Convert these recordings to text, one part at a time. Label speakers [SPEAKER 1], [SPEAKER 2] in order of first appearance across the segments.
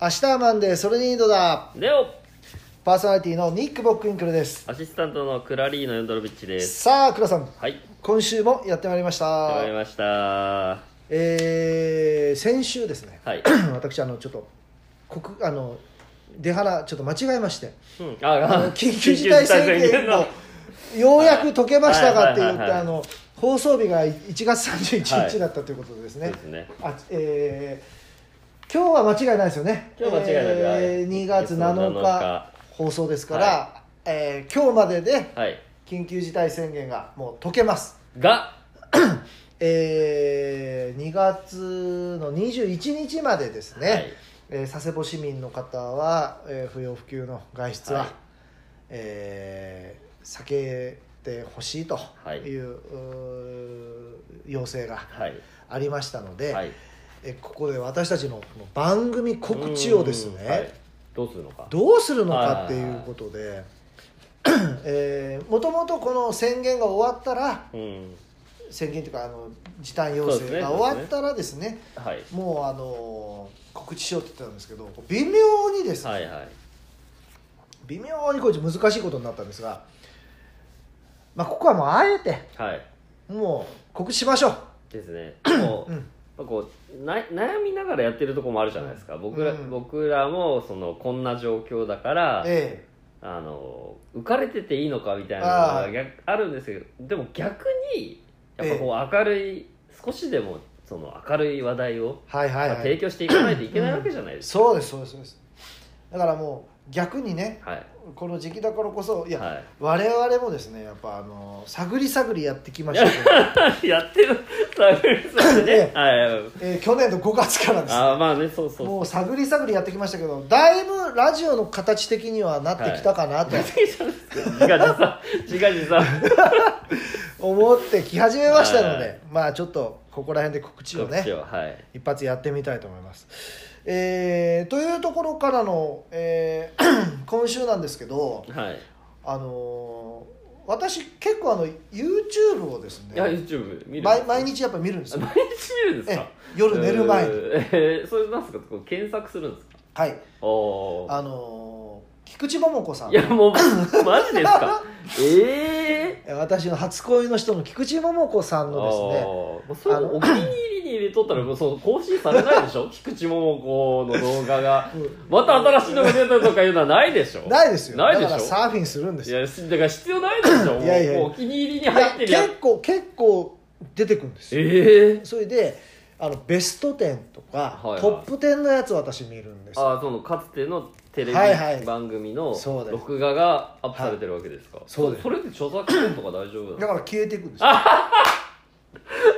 [SPEAKER 1] 明日はマンデーそれにードだ
[SPEAKER 2] レオ
[SPEAKER 1] パーソナリティのニック・ボックインクルです
[SPEAKER 2] アシスタントのクラリーノ・ヨンドロビッチです
[SPEAKER 1] さあ倉さん
[SPEAKER 2] はい
[SPEAKER 1] 今週もやってまいりまし
[SPEAKER 2] わかり
[SPEAKER 1] た
[SPEAKER 2] ましたは
[SPEAKER 1] えー、先週ですね、
[SPEAKER 2] い
[SPEAKER 1] 私あのちょっと国あの出腹ちょっと間違えまして
[SPEAKER 2] うん
[SPEAKER 1] あ
[SPEAKER 2] あ
[SPEAKER 1] の緊急事態宣言のようやく解けましたかって言って
[SPEAKER 2] はいはいはいはい
[SPEAKER 1] あの放送日が1月31日だったということですね、
[SPEAKER 2] そうですね
[SPEAKER 1] あえー今日は間違いないですよね
[SPEAKER 2] 今日間違いない
[SPEAKER 1] えー2月7
[SPEAKER 2] 7
[SPEAKER 1] 日
[SPEAKER 2] 日
[SPEAKER 1] 放送ですから、
[SPEAKER 2] は
[SPEAKER 1] えー今日までで
[SPEAKER 2] はい
[SPEAKER 1] 緊急事態宣言がもう解けます、
[SPEAKER 2] が
[SPEAKER 1] えー2月の21日までですね、
[SPEAKER 2] はい
[SPEAKER 1] えー佐世保市民の方は、えー不要不急の外出は、
[SPEAKER 2] はい
[SPEAKER 1] えー避けてほしいと
[SPEAKER 2] はい
[SPEAKER 1] いう,うー、要請が
[SPEAKER 2] はい
[SPEAKER 1] ありましたので、
[SPEAKER 2] はい
[SPEAKER 1] えーここで私たちのこの番組告知をです
[SPEAKER 2] うんはい
[SPEAKER 1] ね
[SPEAKER 2] どうするのか
[SPEAKER 1] どうするのかっていうことで、 えーもともとこの宣言が終わったら
[SPEAKER 2] うん
[SPEAKER 1] 宣言というかあの時短要請が終わったらですね
[SPEAKER 2] はい
[SPEAKER 1] もうあのー告知しようって言ってたんですけど微妙にですね、
[SPEAKER 2] はいはい
[SPEAKER 1] 微妙にこいつ難しいことになったんですが、まあ、ここはもうあえて
[SPEAKER 2] はい
[SPEAKER 1] もう告知しましょう
[SPEAKER 2] で すねもう
[SPEAKER 1] うん
[SPEAKER 2] やっぱこうな悩みながらやってるとこもあるじゃないですか、僕ら
[SPEAKER 1] うん
[SPEAKER 2] 僕らもそのこんな状況だから、
[SPEAKER 1] え
[SPEAKER 2] あの浮かれてていいのかみたいなの
[SPEAKER 1] ああ
[SPEAKER 2] が逆あるんですけどでも逆にやっぱこう明るい、少しでもその明るい話題を、
[SPEAKER 1] えはいはい
[SPEAKER 2] ま
[SPEAKER 1] は
[SPEAKER 2] あ提
[SPEAKER 1] い
[SPEAKER 2] 供していかないといけないわけじゃないですか、
[SPEAKER 1] そうですそうですそうですだからもう逆にね
[SPEAKER 2] はい
[SPEAKER 1] この時期だからこそいや、
[SPEAKER 2] は
[SPEAKER 1] 我々もですねやっぱあの探り探りやってきましたけ ど、
[SPEAKER 2] いやってるサービスでね、
[SPEAKER 1] え
[SPEAKER 2] はい
[SPEAKER 1] えー去年の5月からですね
[SPEAKER 2] ああまあねそうそう
[SPEAKER 1] もう探り探りやってきましたけどだいぶラジオの形的にはなってきたかなと
[SPEAKER 2] 自画自賛自画自賛
[SPEAKER 1] 思ってき始めましたので、
[SPEAKER 2] はいはい
[SPEAKER 1] まあちょっとここら辺で告知をね
[SPEAKER 2] 告知をはい
[SPEAKER 1] 一発やってみたいと思います。えーというところからの、えー 今週なんですけど、
[SPEAKER 2] はい
[SPEAKER 1] あのー私結構あの YouTube をです
[SPEAKER 2] いや
[SPEAKER 1] ね
[SPEAKER 2] YouTube 見る
[SPEAKER 1] 毎毎日やっぱ見るんです
[SPEAKER 2] 毎
[SPEAKER 1] よ。
[SPEAKER 2] 日見るんですか
[SPEAKER 1] え夜寝る前に
[SPEAKER 2] えーそれなんですかこう検索するんですか
[SPEAKER 1] はい
[SPEAKER 2] おー
[SPEAKER 1] あのー菊池桃子さん
[SPEAKER 2] いやもうマジで すかええ
[SPEAKER 1] 私の初恋の人の菊池桃子さん
[SPEAKER 2] ー、
[SPEAKER 1] のですね
[SPEAKER 2] もうそれ
[SPEAKER 1] あの
[SPEAKER 2] お気に入りに入れとったらもうそう更新されないで しょ菊池桃子の動画がまた新しいのが出たとかいうのはないでしょ
[SPEAKER 1] ないですよ
[SPEAKER 2] ないで
[SPEAKER 1] だ
[SPEAKER 2] しょ
[SPEAKER 1] からサーフィンするんです
[SPEAKER 2] い
[SPEAKER 1] よ
[SPEAKER 2] やだから必要ないでしょもう
[SPEAKER 1] いやいやいや
[SPEAKER 2] もうお気に入りに
[SPEAKER 1] いや
[SPEAKER 2] 入ってるやつ
[SPEAKER 1] 結構結構出てくるんですよ
[SPEAKER 2] ええ
[SPEAKER 1] それであのベスト10とか、
[SPEAKER 2] はいはい
[SPEAKER 1] トップ10のやつ私見るんですよ
[SPEAKER 2] ああそのかつてのテレ
[SPEAKER 1] はいはい
[SPEAKER 2] ビ番組の
[SPEAKER 1] そうです
[SPEAKER 2] 録画がアップされてるわけですか、
[SPEAKER 1] そうです
[SPEAKER 2] それって著作権とか大丈夫
[SPEAKER 1] だ
[SPEAKER 2] な
[SPEAKER 1] から消えていくんですよ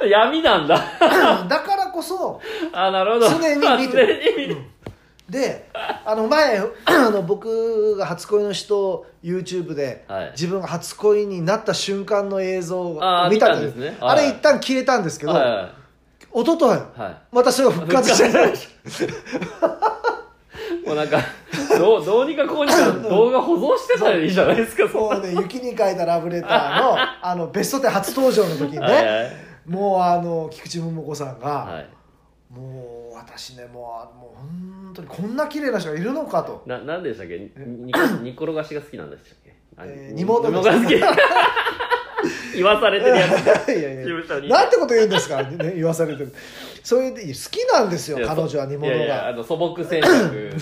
[SPEAKER 2] の闇なんだ
[SPEAKER 1] だからこそ
[SPEAKER 2] あなるほど
[SPEAKER 1] 常に見てる
[SPEAKER 2] 常に見てる
[SPEAKER 1] であの前 あの僕が初恋の人を YouTube で、
[SPEAKER 2] はい
[SPEAKER 1] 自分が初恋になった瞬間の映像を
[SPEAKER 2] あー
[SPEAKER 1] 見た
[SPEAKER 2] 見たんですね
[SPEAKER 1] あ
[SPEAKER 2] は
[SPEAKER 1] れ
[SPEAKER 2] い
[SPEAKER 1] 一旦消えたんですけど、
[SPEAKER 2] はいはい
[SPEAKER 1] 一昨日
[SPEAKER 2] はい
[SPEAKER 1] またそれが復活して
[SPEAKER 2] 復 もうなんかどうどうにかこうにか動画保存してたらいいじゃないですかそん
[SPEAKER 1] も
[SPEAKER 2] な
[SPEAKER 1] うね雪に書いたラブレターのあのベスト10初登場の時にね、
[SPEAKER 2] はいはい
[SPEAKER 1] もうあの菊池桃子さんが、
[SPEAKER 2] はい
[SPEAKER 1] もう私ねもうもう本当にこんな綺麗な人がいるのかと
[SPEAKER 2] ななんでしたっけに に煮転がしが好きなんでしたっけあ
[SPEAKER 1] えー
[SPEAKER 2] に
[SPEAKER 1] 煮物
[SPEAKER 2] 煮が好き 言わされてるや つ
[SPEAKER 1] いやいやい
[SPEAKER 2] 事務所
[SPEAKER 1] や
[SPEAKER 2] に
[SPEAKER 1] なんてこと言うんですか、 ね、言わされてるそれで好きなんです
[SPEAKER 2] い
[SPEAKER 1] よ
[SPEAKER 2] や
[SPEAKER 1] 彼女は煮物
[SPEAKER 2] いやいやあ
[SPEAKER 1] が
[SPEAKER 2] の素朴選択、ね、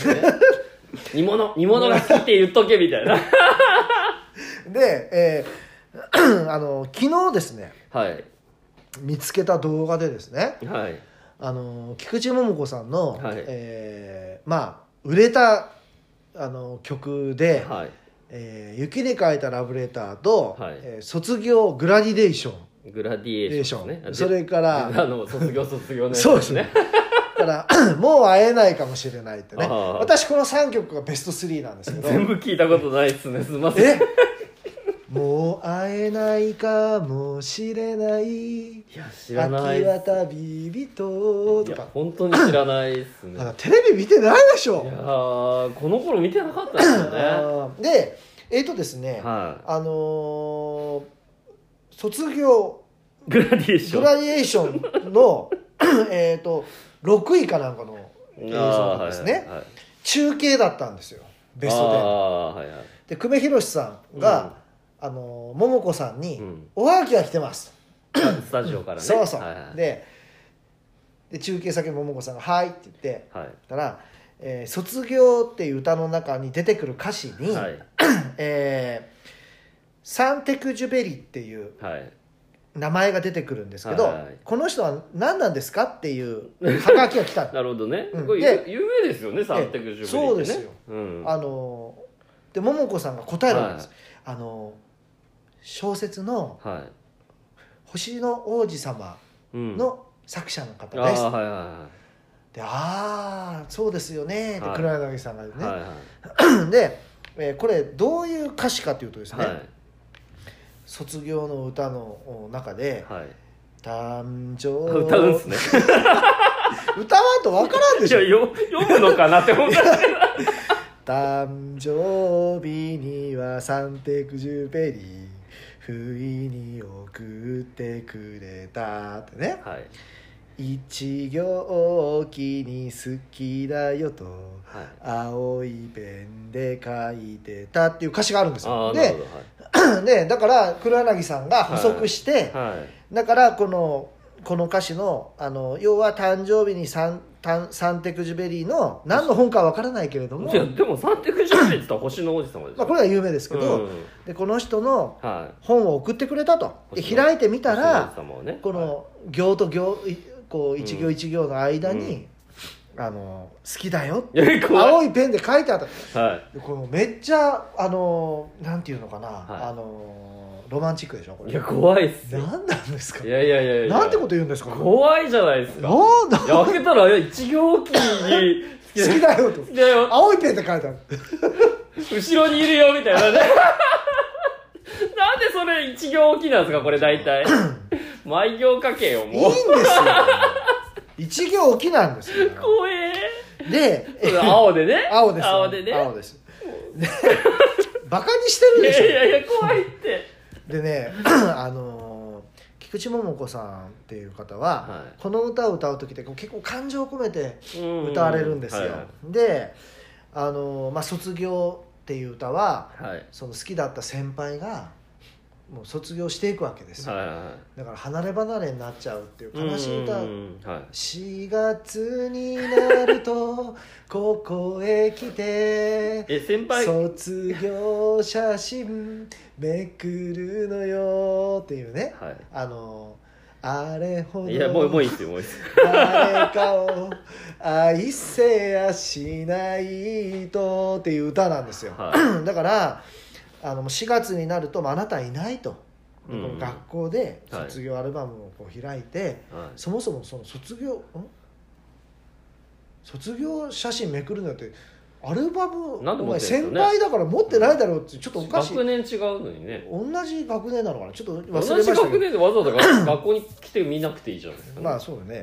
[SPEAKER 2] 煮物煮物が好きって言っとけみたいな
[SPEAKER 1] で、えー あの昨日ですね
[SPEAKER 2] はい
[SPEAKER 1] 見つけた動画でですね
[SPEAKER 2] はい
[SPEAKER 1] あの菊池桃子さんの、
[SPEAKER 2] はい
[SPEAKER 1] えーまあ売れたあの曲で、
[SPEAKER 2] はい
[SPEAKER 1] えー雪に書いたラブレター」と、
[SPEAKER 2] はい
[SPEAKER 1] えー卒業グラディレーション」
[SPEAKER 2] グラディエーションですね
[SPEAKER 1] それから
[SPEAKER 2] あの卒業卒業のやつ
[SPEAKER 1] そうですねだから もう会えないかもしれないってね
[SPEAKER 2] ああ
[SPEAKER 1] 私この3曲がベスト3なんですけど
[SPEAKER 2] 全部聞いたことないですねすいません
[SPEAKER 1] えもう会えないかもしれない
[SPEAKER 2] いや知
[SPEAKER 1] 秋
[SPEAKER 2] らない
[SPEAKER 1] は旅人
[SPEAKER 2] い
[SPEAKER 1] と
[SPEAKER 2] や
[SPEAKER 1] か
[SPEAKER 2] 本当に知らないですね
[SPEAKER 1] だ
[SPEAKER 2] い
[SPEAKER 1] か
[SPEAKER 2] や
[SPEAKER 1] らテレビ見てないでしょ
[SPEAKER 2] ーこの頃見てなかったですよね
[SPEAKER 1] あーでえっ、とですね、
[SPEAKER 2] は
[SPEAKER 1] あのー卒業
[SPEAKER 2] いグラディエーシ
[SPEAKER 1] グ
[SPEAKER 2] ョン
[SPEAKER 1] ラディエーシ ョンのえっと6位かなんかの映像なんですね、
[SPEAKER 2] あーはいはいはい
[SPEAKER 1] 中継だったんですよベス
[SPEAKER 2] あ
[SPEAKER 1] ト
[SPEAKER 2] あーはいはい
[SPEAKER 1] 10で久米宏さんが、あの桃子さんに、
[SPEAKER 2] うん
[SPEAKER 1] おはがきが来てます」
[SPEAKER 2] スタジオからね
[SPEAKER 1] そうそう、
[SPEAKER 2] はいはい
[SPEAKER 1] でで中継先の桃子さんが「はい」って言って
[SPEAKER 2] はい
[SPEAKER 1] たら「えー卒業」っていう歌の中に出てくる歌詞に「
[SPEAKER 2] はい
[SPEAKER 1] えーサンテクジュベリっていう
[SPEAKER 2] はい
[SPEAKER 1] 名前が出てくるんですけど、
[SPEAKER 2] はい
[SPEAKER 1] この人は何なんですかっていうハガキが来た
[SPEAKER 2] なるほどね、
[SPEAKER 1] うん
[SPEAKER 2] これ
[SPEAKER 1] で
[SPEAKER 2] 有有名ですよねサンテクジュブリーって、ね、
[SPEAKER 1] そうですよ
[SPEAKER 2] うん、
[SPEAKER 1] あのーで桃子さんが答えるんです、あのー小説の
[SPEAKER 2] は
[SPEAKER 1] 「星の王子様
[SPEAKER 2] い、うん」
[SPEAKER 1] の作者の方
[SPEAKER 2] ああ
[SPEAKER 1] です、
[SPEAKER 2] はいは
[SPEAKER 1] で「ああそうですよね」って
[SPEAKER 2] はい
[SPEAKER 1] 黒柳さんがね、
[SPEAKER 2] いはい、はい は
[SPEAKER 1] で、えーこれどういう歌詞かというとですね、
[SPEAKER 2] い
[SPEAKER 1] 卒業の歌のお中で
[SPEAKER 2] はいはい
[SPEAKER 1] 「誕生
[SPEAKER 2] あ 歌うん ですね
[SPEAKER 1] 歌わんと分からんで
[SPEAKER 2] い
[SPEAKER 1] しょ
[SPEAKER 2] やよ読むのかなって思った
[SPEAKER 1] 誕生日にはサンテクジュベリー不意に送ってくれたってね
[SPEAKER 2] はい
[SPEAKER 1] 一行おきに好きだよと
[SPEAKER 2] はい
[SPEAKER 1] 青いペンで書いてたっていう歌詞があるんです
[SPEAKER 2] あ
[SPEAKER 1] よ
[SPEAKER 2] あなる
[SPEAKER 1] で
[SPEAKER 2] ほ
[SPEAKER 1] でだから黒柳さんが補足して、
[SPEAKER 2] どはい、はい、
[SPEAKER 1] だからこのこの歌詞のあの要は誕生日にサンタンサンテクジュベリーの何の本かわからないけれども
[SPEAKER 2] いやでもサンテクジュブリーって言ったら星の王子様でしょ、
[SPEAKER 1] まあ、これは有名ですけど、
[SPEAKER 2] うん
[SPEAKER 1] でこの人の
[SPEAKER 2] は
[SPEAKER 1] 本を送ってくれたとで
[SPEAKER 2] 星野
[SPEAKER 1] 開いて
[SPEAKER 2] い
[SPEAKER 1] みたら
[SPEAKER 2] 星の王子様をね
[SPEAKER 1] この行と行いこう一行一行の間に、あの好きだよって
[SPEAKER 2] はい、いや怖い
[SPEAKER 1] 青いペンで書いてあった
[SPEAKER 2] はい
[SPEAKER 1] でこのめっちゃあのなんていうのかな、
[SPEAKER 2] はい
[SPEAKER 1] あのロマンチックでしょこ
[SPEAKER 2] い
[SPEAKER 1] れ
[SPEAKER 2] や怖いっすよ
[SPEAKER 1] 何なんですか
[SPEAKER 2] いやいやいやいや
[SPEAKER 1] なんてこと言うんですかこ
[SPEAKER 2] 怖いじゃないです
[SPEAKER 1] れ
[SPEAKER 2] か
[SPEAKER 1] なんだ
[SPEAKER 2] いや開けたら一行機に
[SPEAKER 1] 好きだよと
[SPEAKER 2] 好きだよ
[SPEAKER 1] 青いペンで書いてある
[SPEAKER 2] 後ろにいるよみたいなね なんでそれ一行置きなんですかこれ大 体毎行書けよ
[SPEAKER 1] いいんで
[SPEAKER 2] もう
[SPEAKER 1] す よ一行置きなんですよ
[SPEAKER 2] 怖え
[SPEAKER 1] で
[SPEAKER 2] それ青でね
[SPEAKER 1] 青です
[SPEAKER 2] 青でね
[SPEAKER 1] 青です でバカにしてる
[SPEAKER 2] い
[SPEAKER 1] で
[SPEAKER 2] や
[SPEAKER 1] し
[SPEAKER 2] いやいや怖いって
[SPEAKER 1] ょでね あのー菊池桃子さんっていう方は、
[SPEAKER 2] はい
[SPEAKER 1] この歌を歌う時って結構感情を込めて
[SPEAKER 2] うん
[SPEAKER 1] 歌われるんですよ、
[SPEAKER 2] はい
[SPEAKER 1] で、あのーまあ「卒業」っていう歌は
[SPEAKER 2] はいはい
[SPEAKER 1] その好きだった先輩がもう卒業していくわけですよ、
[SPEAKER 2] はいは
[SPEAKER 1] だから離れ離れになっちゃうっていう
[SPEAKER 2] いはい
[SPEAKER 1] 悲しい歌
[SPEAKER 2] うんはい
[SPEAKER 1] 4月になるとここへ来 て
[SPEAKER 2] え先輩
[SPEAKER 1] 卒業写真めくるのよっていうね
[SPEAKER 2] は
[SPEAKER 1] あのあれほど
[SPEAKER 2] いいやもうもういいっすよもういいっす
[SPEAKER 1] 誰かを愛せやしないとっていう歌なんですよ、
[SPEAKER 2] は
[SPEAKER 1] だからあのもう4月になるともうあなたいないと、で
[SPEAKER 2] うん
[SPEAKER 1] この学校で
[SPEAKER 2] はい
[SPEAKER 1] 卒業アルバムをこう開いて、
[SPEAKER 2] は
[SPEAKER 1] そもそもその卒業ん卒業写真めくるのってアルバムお
[SPEAKER 2] なんで持
[SPEAKER 1] 前
[SPEAKER 2] ってんすかね
[SPEAKER 1] 先輩だから持ってないだろうってちょっとお
[SPEAKER 2] い
[SPEAKER 1] かしい
[SPEAKER 2] 学年違うのにね
[SPEAKER 1] 同じ学年なのかなちょっと忘れ
[SPEAKER 2] 同
[SPEAKER 1] まし
[SPEAKER 2] じ
[SPEAKER 1] たけ
[SPEAKER 2] 学
[SPEAKER 1] ど
[SPEAKER 2] 年でわざわざ学学校に来て見なくていいじゃないですかね
[SPEAKER 1] まあそうだね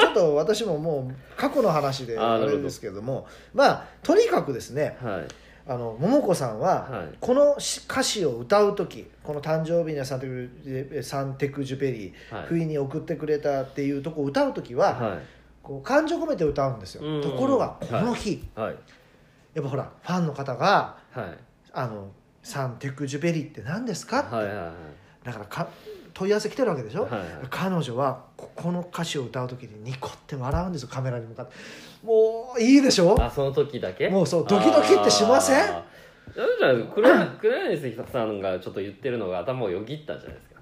[SPEAKER 1] ちょっと私ももう過去の話で
[SPEAKER 2] あー
[SPEAKER 1] あ
[SPEAKER 2] なるほど
[SPEAKER 1] れですけどもまあとにかくですね
[SPEAKER 2] はい
[SPEAKER 1] あの桃子さんは
[SPEAKER 2] はい
[SPEAKER 1] この歌詞を歌う時この誕生日にはサンテクジュサンテクジュペリー、
[SPEAKER 2] はい
[SPEAKER 1] 不意に送ってくれたっていうとこを歌う時は、
[SPEAKER 2] は
[SPEAKER 1] こう感情込めて歌うんですよ、
[SPEAKER 2] うん
[SPEAKER 1] ところがこの日、
[SPEAKER 2] いはい
[SPEAKER 1] やっぱほらファンの方が
[SPEAKER 2] はい
[SPEAKER 1] 「あのサンテクジュベリーって何ですか?」
[SPEAKER 2] はいはいはい
[SPEAKER 1] だからか問い合わせ来てるわけでしょ、
[SPEAKER 2] はいはい
[SPEAKER 1] 彼女はここの歌詞を歌う時にニコって笑うんですよカメラに向かってもういいでしょ
[SPEAKER 2] あその時だけ
[SPEAKER 1] もうそうドキドキってしません
[SPEAKER 2] あーなんじゃないですか黒柳黒柳関さんがちょっと言ってるのが頭をよぎったんじゃないですか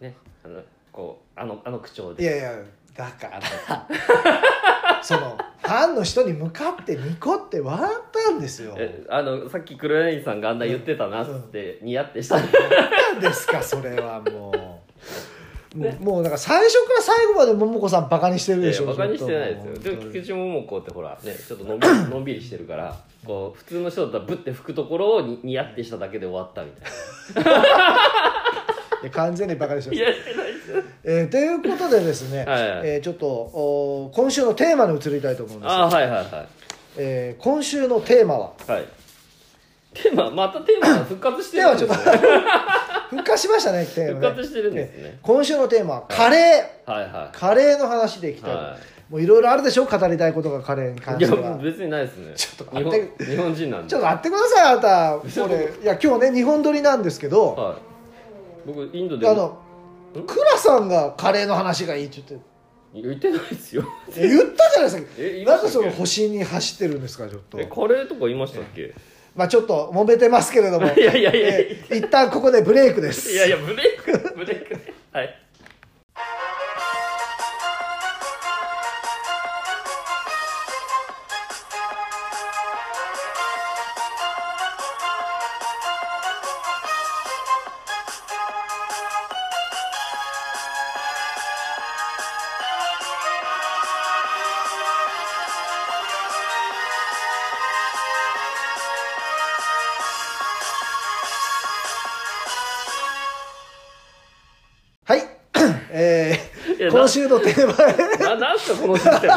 [SPEAKER 1] え
[SPEAKER 2] ねあのこうあのあの口調
[SPEAKER 1] い
[SPEAKER 2] で
[SPEAKER 1] やいやだからその ファンの人に向かってニコって笑ったんですよ
[SPEAKER 2] えあのさっき黒柳さんがあんな言ってたなっつってニヤってしたい
[SPEAKER 1] 何ですかそれはもう。もうもうだから最初から最後まで桃子さんバカにしてる
[SPEAKER 2] や
[SPEAKER 1] で
[SPEAKER 2] い
[SPEAKER 1] し
[SPEAKER 2] や
[SPEAKER 1] ょ
[SPEAKER 2] バカにしてないですよでも菊池桃子ってほらねちょっとのんび りのんびりしてるからこう普通の人だったらブッて吹くところをにニヤってしただけで終わったみたい
[SPEAKER 1] いや完全にバカにしてま
[SPEAKER 2] な い
[SPEAKER 1] す
[SPEAKER 2] やしてないですよ
[SPEAKER 1] えーということでですね、
[SPEAKER 2] はいはい
[SPEAKER 1] えーちょっとおー今週のテーマに移りたいと思うんです
[SPEAKER 2] あーはいはいは
[SPEAKER 1] えー今週のテーマはい
[SPEAKER 2] はいテーマまたテーマ復活して
[SPEAKER 1] で
[SPEAKER 2] る
[SPEAKER 1] は
[SPEAKER 2] ん
[SPEAKER 1] ち
[SPEAKER 2] で
[SPEAKER 1] ょ
[SPEAKER 2] す
[SPEAKER 1] っと
[SPEAKER 2] ね
[SPEAKER 1] 復活しましたねテー
[SPEAKER 2] 復
[SPEAKER 1] マね
[SPEAKER 2] 活してるんですね
[SPEAKER 1] 今週のテーマはカレ
[SPEAKER 2] はいは
[SPEAKER 1] ーカレーの話でいき
[SPEAKER 2] い
[SPEAKER 1] たい、
[SPEAKER 2] はい
[SPEAKER 1] もういろいろあるでしょ語りたいことがカレーに関
[SPEAKER 2] い
[SPEAKER 1] して
[SPEAKER 2] や
[SPEAKER 1] は
[SPEAKER 2] もう別にないですね
[SPEAKER 1] ちょっと
[SPEAKER 2] 日
[SPEAKER 1] 待
[SPEAKER 2] 本
[SPEAKER 1] って
[SPEAKER 2] 日本人なんで
[SPEAKER 1] ちょっと会ってくださいあなた俺いや今日ね日本撮りなんですけど、
[SPEAKER 2] はい僕インドで
[SPEAKER 1] あの
[SPEAKER 2] ん
[SPEAKER 1] クラさんがカレーの話がいいって言っ
[SPEAKER 2] 言ってないですよ
[SPEAKER 1] て言ったじゃないですか
[SPEAKER 2] え言いま
[SPEAKER 1] な
[SPEAKER 2] した
[SPEAKER 1] ぜ
[SPEAKER 2] っけ
[SPEAKER 1] その星に走ってるんですかちょっと
[SPEAKER 2] えカレーとか言いましたっけ
[SPEAKER 1] まあちょっと揉めてますけれども
[SPEAKER 2] いやいやいや
[SPEAKER 1] えー一旦ここでブレイクです
[SPEAKER 2] いやいやブレイクブレイクはい
[SPEAKER 1] はい え
[SPEAKER 2] いや
[SPEAKER 1] ー、今週のテーマへ
[SPEAKER 2] ななんすかこのシステム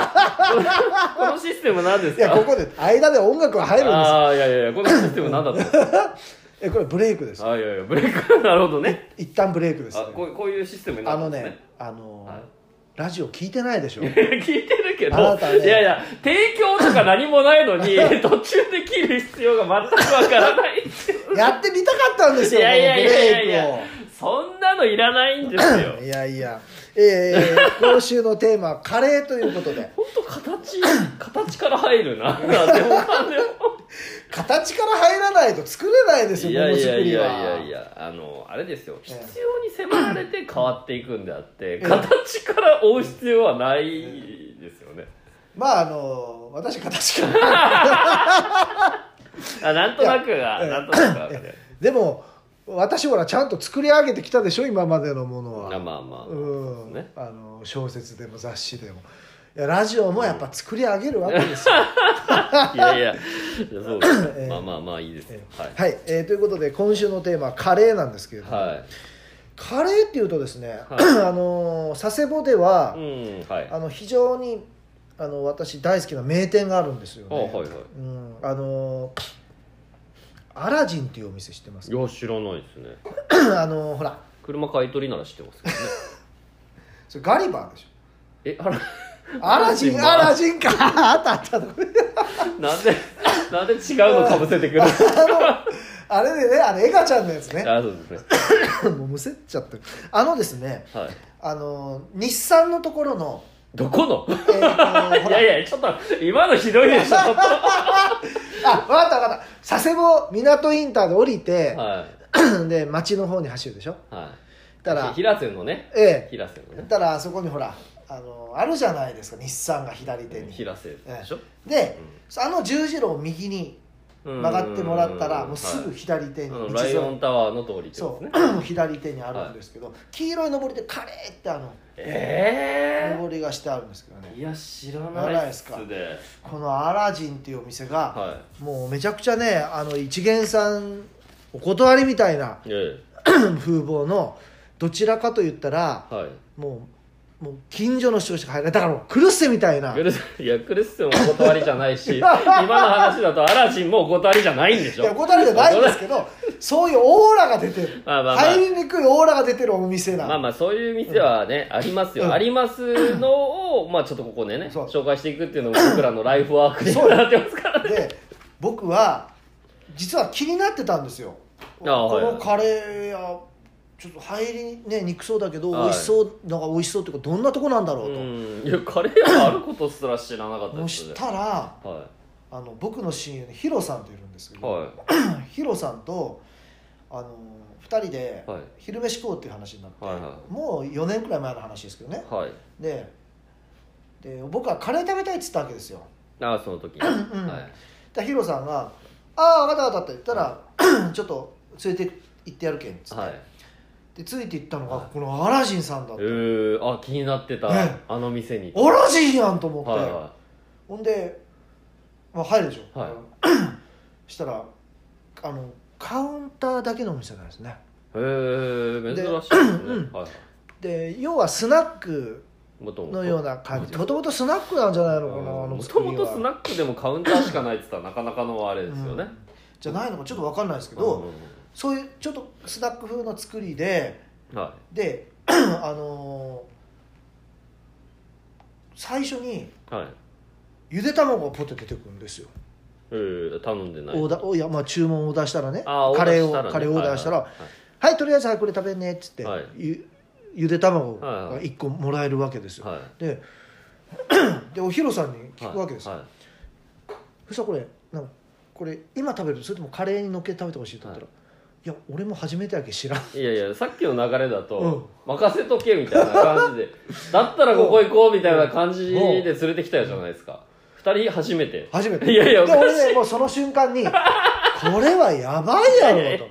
[SPEAKER 2] このシステム何です
[SPEAKER 1] い
[SPEAKER 2] か
[SPEAKER 1] やここで間で音楽が入るんですよ
[SPEAKER 2] ああいやいやいやこのシステム何だったんです
[SPEAKER 1] えこれブレイクです
[SPEAKER 2] かあーいやいやブレイクなるほどね
[SPEAKER 1] 一旦ブレイクです、ね
[SPEAKER 2] あ、こうこういうシステムにな
[SPEAKER 1] あ
[SPEAKER 2] った
[SPEAKER 1] の
[SPEAKER 2] んです
[SPEAKER 1] ね
[SPEAKER 2] ね
[SPEAKER 1] あのー
[SPEAKER 2] はい
[SPEAKER 1] ラジオ聞いてないでしょ
[SPEAKER 2] 聞いてるけ
[SPEAKER 1] あな
[SPEAKER 2] ど、
[SPEAKER 1] たね
[SPEAKER 2] いやいや提供とか何もない のに途中で切る必要が全くわからない
[SPEAKER 1] やってみたかったんです
[SPEAKER 2] い
[SPEAKER 1] よ
[SPEAKER 2] やいやいやい
[SPEAKER 1] このブレイクを
[SPEAKER 2] やそんなのいらないんです よ
[SPEAKER 1] いやいや、えー、今週のテーマはカレーということで
[SPEAKER 2] 本当形形から入るななんでもかんでも
[SPEAKER 1] 形から入らないと作れないです
[SPEAKER 2] い
[SPEAKER 1] よも
[SPEAKER 2] や
[SPEAKER 1] の
[SPEAKER 2] い
[SPEAKER 1] づ
[SPEAKER 2] や
[SPEAKER 1] く
[SPEAKER 2] い
[SPEAKER 1] りは
[SPEAKER 2] やいやいやあのあれですよ必要に迫られて変わっていくんであって形から追う必要はないですよね
[SPEAKER 1] まああのー私形から
[SPEAKER 2] あなんとなくが
[SPEAKER 1] いや
[SPEAKER 2] なんとなくがね
[SPEAKER 1] でも私ほらちゃんと作り上げてきたでしょ今までのものは
[SPEAKER 2] まあまあまあ
[SPEAKER 1] うん、
[SPEAKER 2] ね
[SPEAKER 1] あの小説でも雑誌でもいやラジオもやっぱ作り上げるわけですよ
[SPEAKER 2] いやいやいやそうです
[SPEAKER 1] ええ
[SPEAKER 2] まあまあまあいいですよ はい
[SPEAKER 1] はい、えーということで今週のテーマはカレーなんですけれども、
[SPEAKER 2] は
[SPEAKER 1] カレーっていうとですね、
[SPEAKER 2] は
[SPEAKER 1] あのー佐世保では、
[SPEAKER 2] いうんはい
[SPEAKER 1] あの非常にあの私大好きな名店があるんですよね
[SPEAKER 2] あはいはい
[SPEAKER 1] うん、あのーアラジンっていうお店知ってますか
[SPEAKER 2] いや知らないですね
[SPEAKER 1] あのーほら
[SPEAKER 2] 車買い取りなら知ってますけどね
[SPEAKER 1] それガリバーでしょ
[SPEAKER 2] えあら
[SPEAKER 1] アラジンアラジンかあったあった
[SPEAKER 2] なんでなんで違うのかぶせてくるあ
[SPEAKER 1] あれでねあのエガちゃんのやつね
[SPEAKER 2] そうですね
[SPEAKER 1] もうむせっちゃってるあのですね
[SPEAKER 2] はい
[SPEAKER 1] あのー日産のところの、
[SPEAKER 2] どこの
[SPEAKER 1] えーとほ
[SPEAKER 2] い
[SPEAKER 1] ら
[SPEAKER 2] やいやちょっと今のひどいでしょ
[SPEAKER 1] あ分かった分かった佐世保港インターで降りて、
[SPEAKER 2] は
[SPEAKER 1] で町の方に走るでしょ
[SPEAKER 2] いは
[SPEAKER 1] た
[SPEAKER 2] い
[SPEAKER 1] ら
[SPEAKER 2] 平瀬のね
[SPEAKER 1] え
[SPEAKER 2] 平瀬
[SPEAKER 1] え
[SPEAKER 2] のね
[SPEAKER 1] たらあそこにほらあのあるじゃないですか日産が左手に
[SPEAKER 2] 平瀬でしょ
[SPEAKER 1] であの十字路を右に
[SPEAKER 2] うん
[SPEAKER 1] 曲がってもらったらもうすぐ
[SPEAKER 2] はい
[SPEAKER 1] 左手
[SPEAKER 2] あ
[SPEAKER 1] に
[SPEAKER 2] の
[SPEAKER 1] 道
[SPEAKER 2] ラ
[SPEAKER 1] 沿
[SPEAKER 2] イ
[SPEAKER 1] い
[SPEAKER 2] オンタワーの通りってこ
[SPEAKER 1] そ
[SPEAKER 2] とですね
[SPEAKER 1] う 左手にあるんですけど黄色い上りでカレーってあの
[SPEAKER 2] え
[SPEAKER 1] 上りがしてあるんですけどね
[SPEAKER 2] えいや知ら
[SPEAKER 1] 知らな
[SPEAKER 2] ないい
[SPEAKER 1] っ
[SPEAKER 2] っ
[SPEAKER 1] す
[SPEAKER 2] す
[SPEAKER 1] か
[SPEAKER 2] で
[SPEAKER 1] このアラジンっていうお店が
[SPEAKER 2] は
[SPEAKER 1] もうめちゃくちゃねあの一元さんお断りみたいな
[SPEAKER 2] いえ
[SPEAKER 1] 風貌のどちらかと言ったら
[SPEAKER 2] えはい
[SPEAKER 1] もうもう近所の人しか入らないだからもうクルッセみたいな
[SPEAKER 2] クルスいやクルスもお断りじゃな いし今の話だとアラジンもお断りじゃないんでし
[SPEAKER 1] い
[SPEAKER 2] ょ
[SPEAKER 1] や断りじゃないんです けどそういうオーラが出てる、
[SPEAKER 2] まあまあまあ
[SPEAKER 1] 入りにくいオーラが出てるお店なの
[SPEAKER 2] まあまあそういう店はね、ありますよ、
[SPEAKER 1] うん
[SPEAKER 2] ありますのをまあちょっとここでね
[SPEAKER 1] そう
[SPEAKER 2] 紹介していくっていうのも僕らのライフワークに
[SPEAKER 1] そう
[SPEAKER 2] なってますからね
[SPEAKER 1] で僕は実は気になってたんですよこ
[SPEAKER 2] あはいはい
[SPEAKER 1] のカレー屋ちょっと入りね憎そうだけど
[SPEAKER 2] はい
[SPEAKER 1] 美味しそうなんか美味しそうっていうかどんなとこなんだろ
[SPEAKER 2] う
[SPEAKER 1] うと、
[SPEAKER 2] んいやカレー屋があることすら知らなかった
[SPEAKER 1] そ
[SPEAKER 2] です
[SPEAKER 1] し
[SPEAKER 2] ね
[SPEAKER 1] たら
[SPEAKER 2] は
[SPEAKER 1] あの僕の親友のヒロさんといるんですけ
[SPEAKER 2] い
[SPEAKER 1] ど、
[SPEAKER 2] は
[SPEAKER 1] ヒロさんとあの2人で
[SPEAKER 2] はい
[SPEAKER 1] 昼飯食おうっていう話になって、
[SPEAKER 2] はいはい
[SPEAKER 1] もう4年くらい前の話ですけどね
[SPEAKER 2] いはい
[SPEAKER 1] でで僕はカレー食べたいっつったわけですよ
[SPEAKER 2] ああその時に、
[SPEAKER 1] ん
[SPEAKER 2] はい
[SPEAKER 1] だヒロさんが「ああ分かった分かった」って言った ら「ちょっと連れて行ってやるけん」っつって、
[SPEAKER 2] はい
[SPEAKER 1] でついて行ったのが
[SPEAKER 2] はい
[SPEAKER 1] このアラジンさんだっ
[SPEAKER 2] え
[SPEAKER 1] た、
[SPEAKER 2] ー、あ気になってた、
[SPEAKER 1] ね
[SPEAKER 2] あの店に
[SPEAKER 1] アラジンやんと思って、
[SPEAKER 2] はいは
[SPEAKER 1] ほんで、まあ、入るでしょ、
[SPEAKER 2] はい
[SPEAKER 1] あの したらあのカウンターだけのお店なんですね
[SPEAKER 2] いへえー、
[SPEAKER 1] で
[SPEAKER 2] 珍しいですね、
[SPEAKER 1] うん
[SPEAKER 2] はいはい
[SPEAKER 1] で要はスナック
[SPEAKER 2] もともと
[SPEAKER 1] のような感じもともとスナックなんじゃないのかなあの
[SPEAKER 2] も
[SPEAKER 1] 作
[SPEAKER 2] と
[SPEAKER 1] りは
[SPEAKER 2] もとスナックでもカウンターしかないって言ったらなかなかのあれですよね、
[SPEAKER 1] うんじゃないのかちょっと分かんないですけ
[SPEAKER 2] け
[SPEAKER 1] ど、そういうちょっとスナック風の作りで
[SPEAKER 2] は
[SPEAKER 1] で あのー最初に
[SPEAKER 2] いはい
[SPEAKER 1] ゆで卵がポテて出てくるんですよ、
[SPEAKER 2] えー、頼んでない
[SPEAKER 1] オーダーおいやまあ注文を出したらね
[SPEAKER 2] あー
[SPEAKER 1] カレー
[SPEAKER 2] オーダーしたら
[SPEAKER 1] を
[SPEAKER 2] ね
[SPEAKER 1] カレーをオーダーしたら「
[SPEAKER 2] は
[SPEAKER 1] はいい
[SPEAKER 2] はいはい
[SPEAKER 1] とりあえずはいこれ食べね」っつって、
[SPEAKER 2] はい
[SPEAKER 1] ゆゆで卵
[SPEAKER 2] はいは
[SPEAKER 1] が1個もらえるわけですよ、
[SPEAKER 2] はい
[SPEAKER 1] で でおひろさんに聞くわけですよ、
[SPEAKER 2] はいはい
[SPEAKER 1] そしたらこれなんかこれ今食べるそれともカレーにのっけて食べてほしいと思ったら、い、や俺も初めてだけ知らん
[SPEAKER 2] いやいやさっきの流れだと、任せとけみたいな感じ でだったらここ行こうみたいな感じで連れてきたじゃないですか二人初めて
[SPEAKER 1] 初めて
[SPEAKER 2] いやいやお
[SPEAKER 1] で
[SPEAKER 2] かしい
[SPEAKER 1] 俺ねもうその瞬間にこれはやばいやろ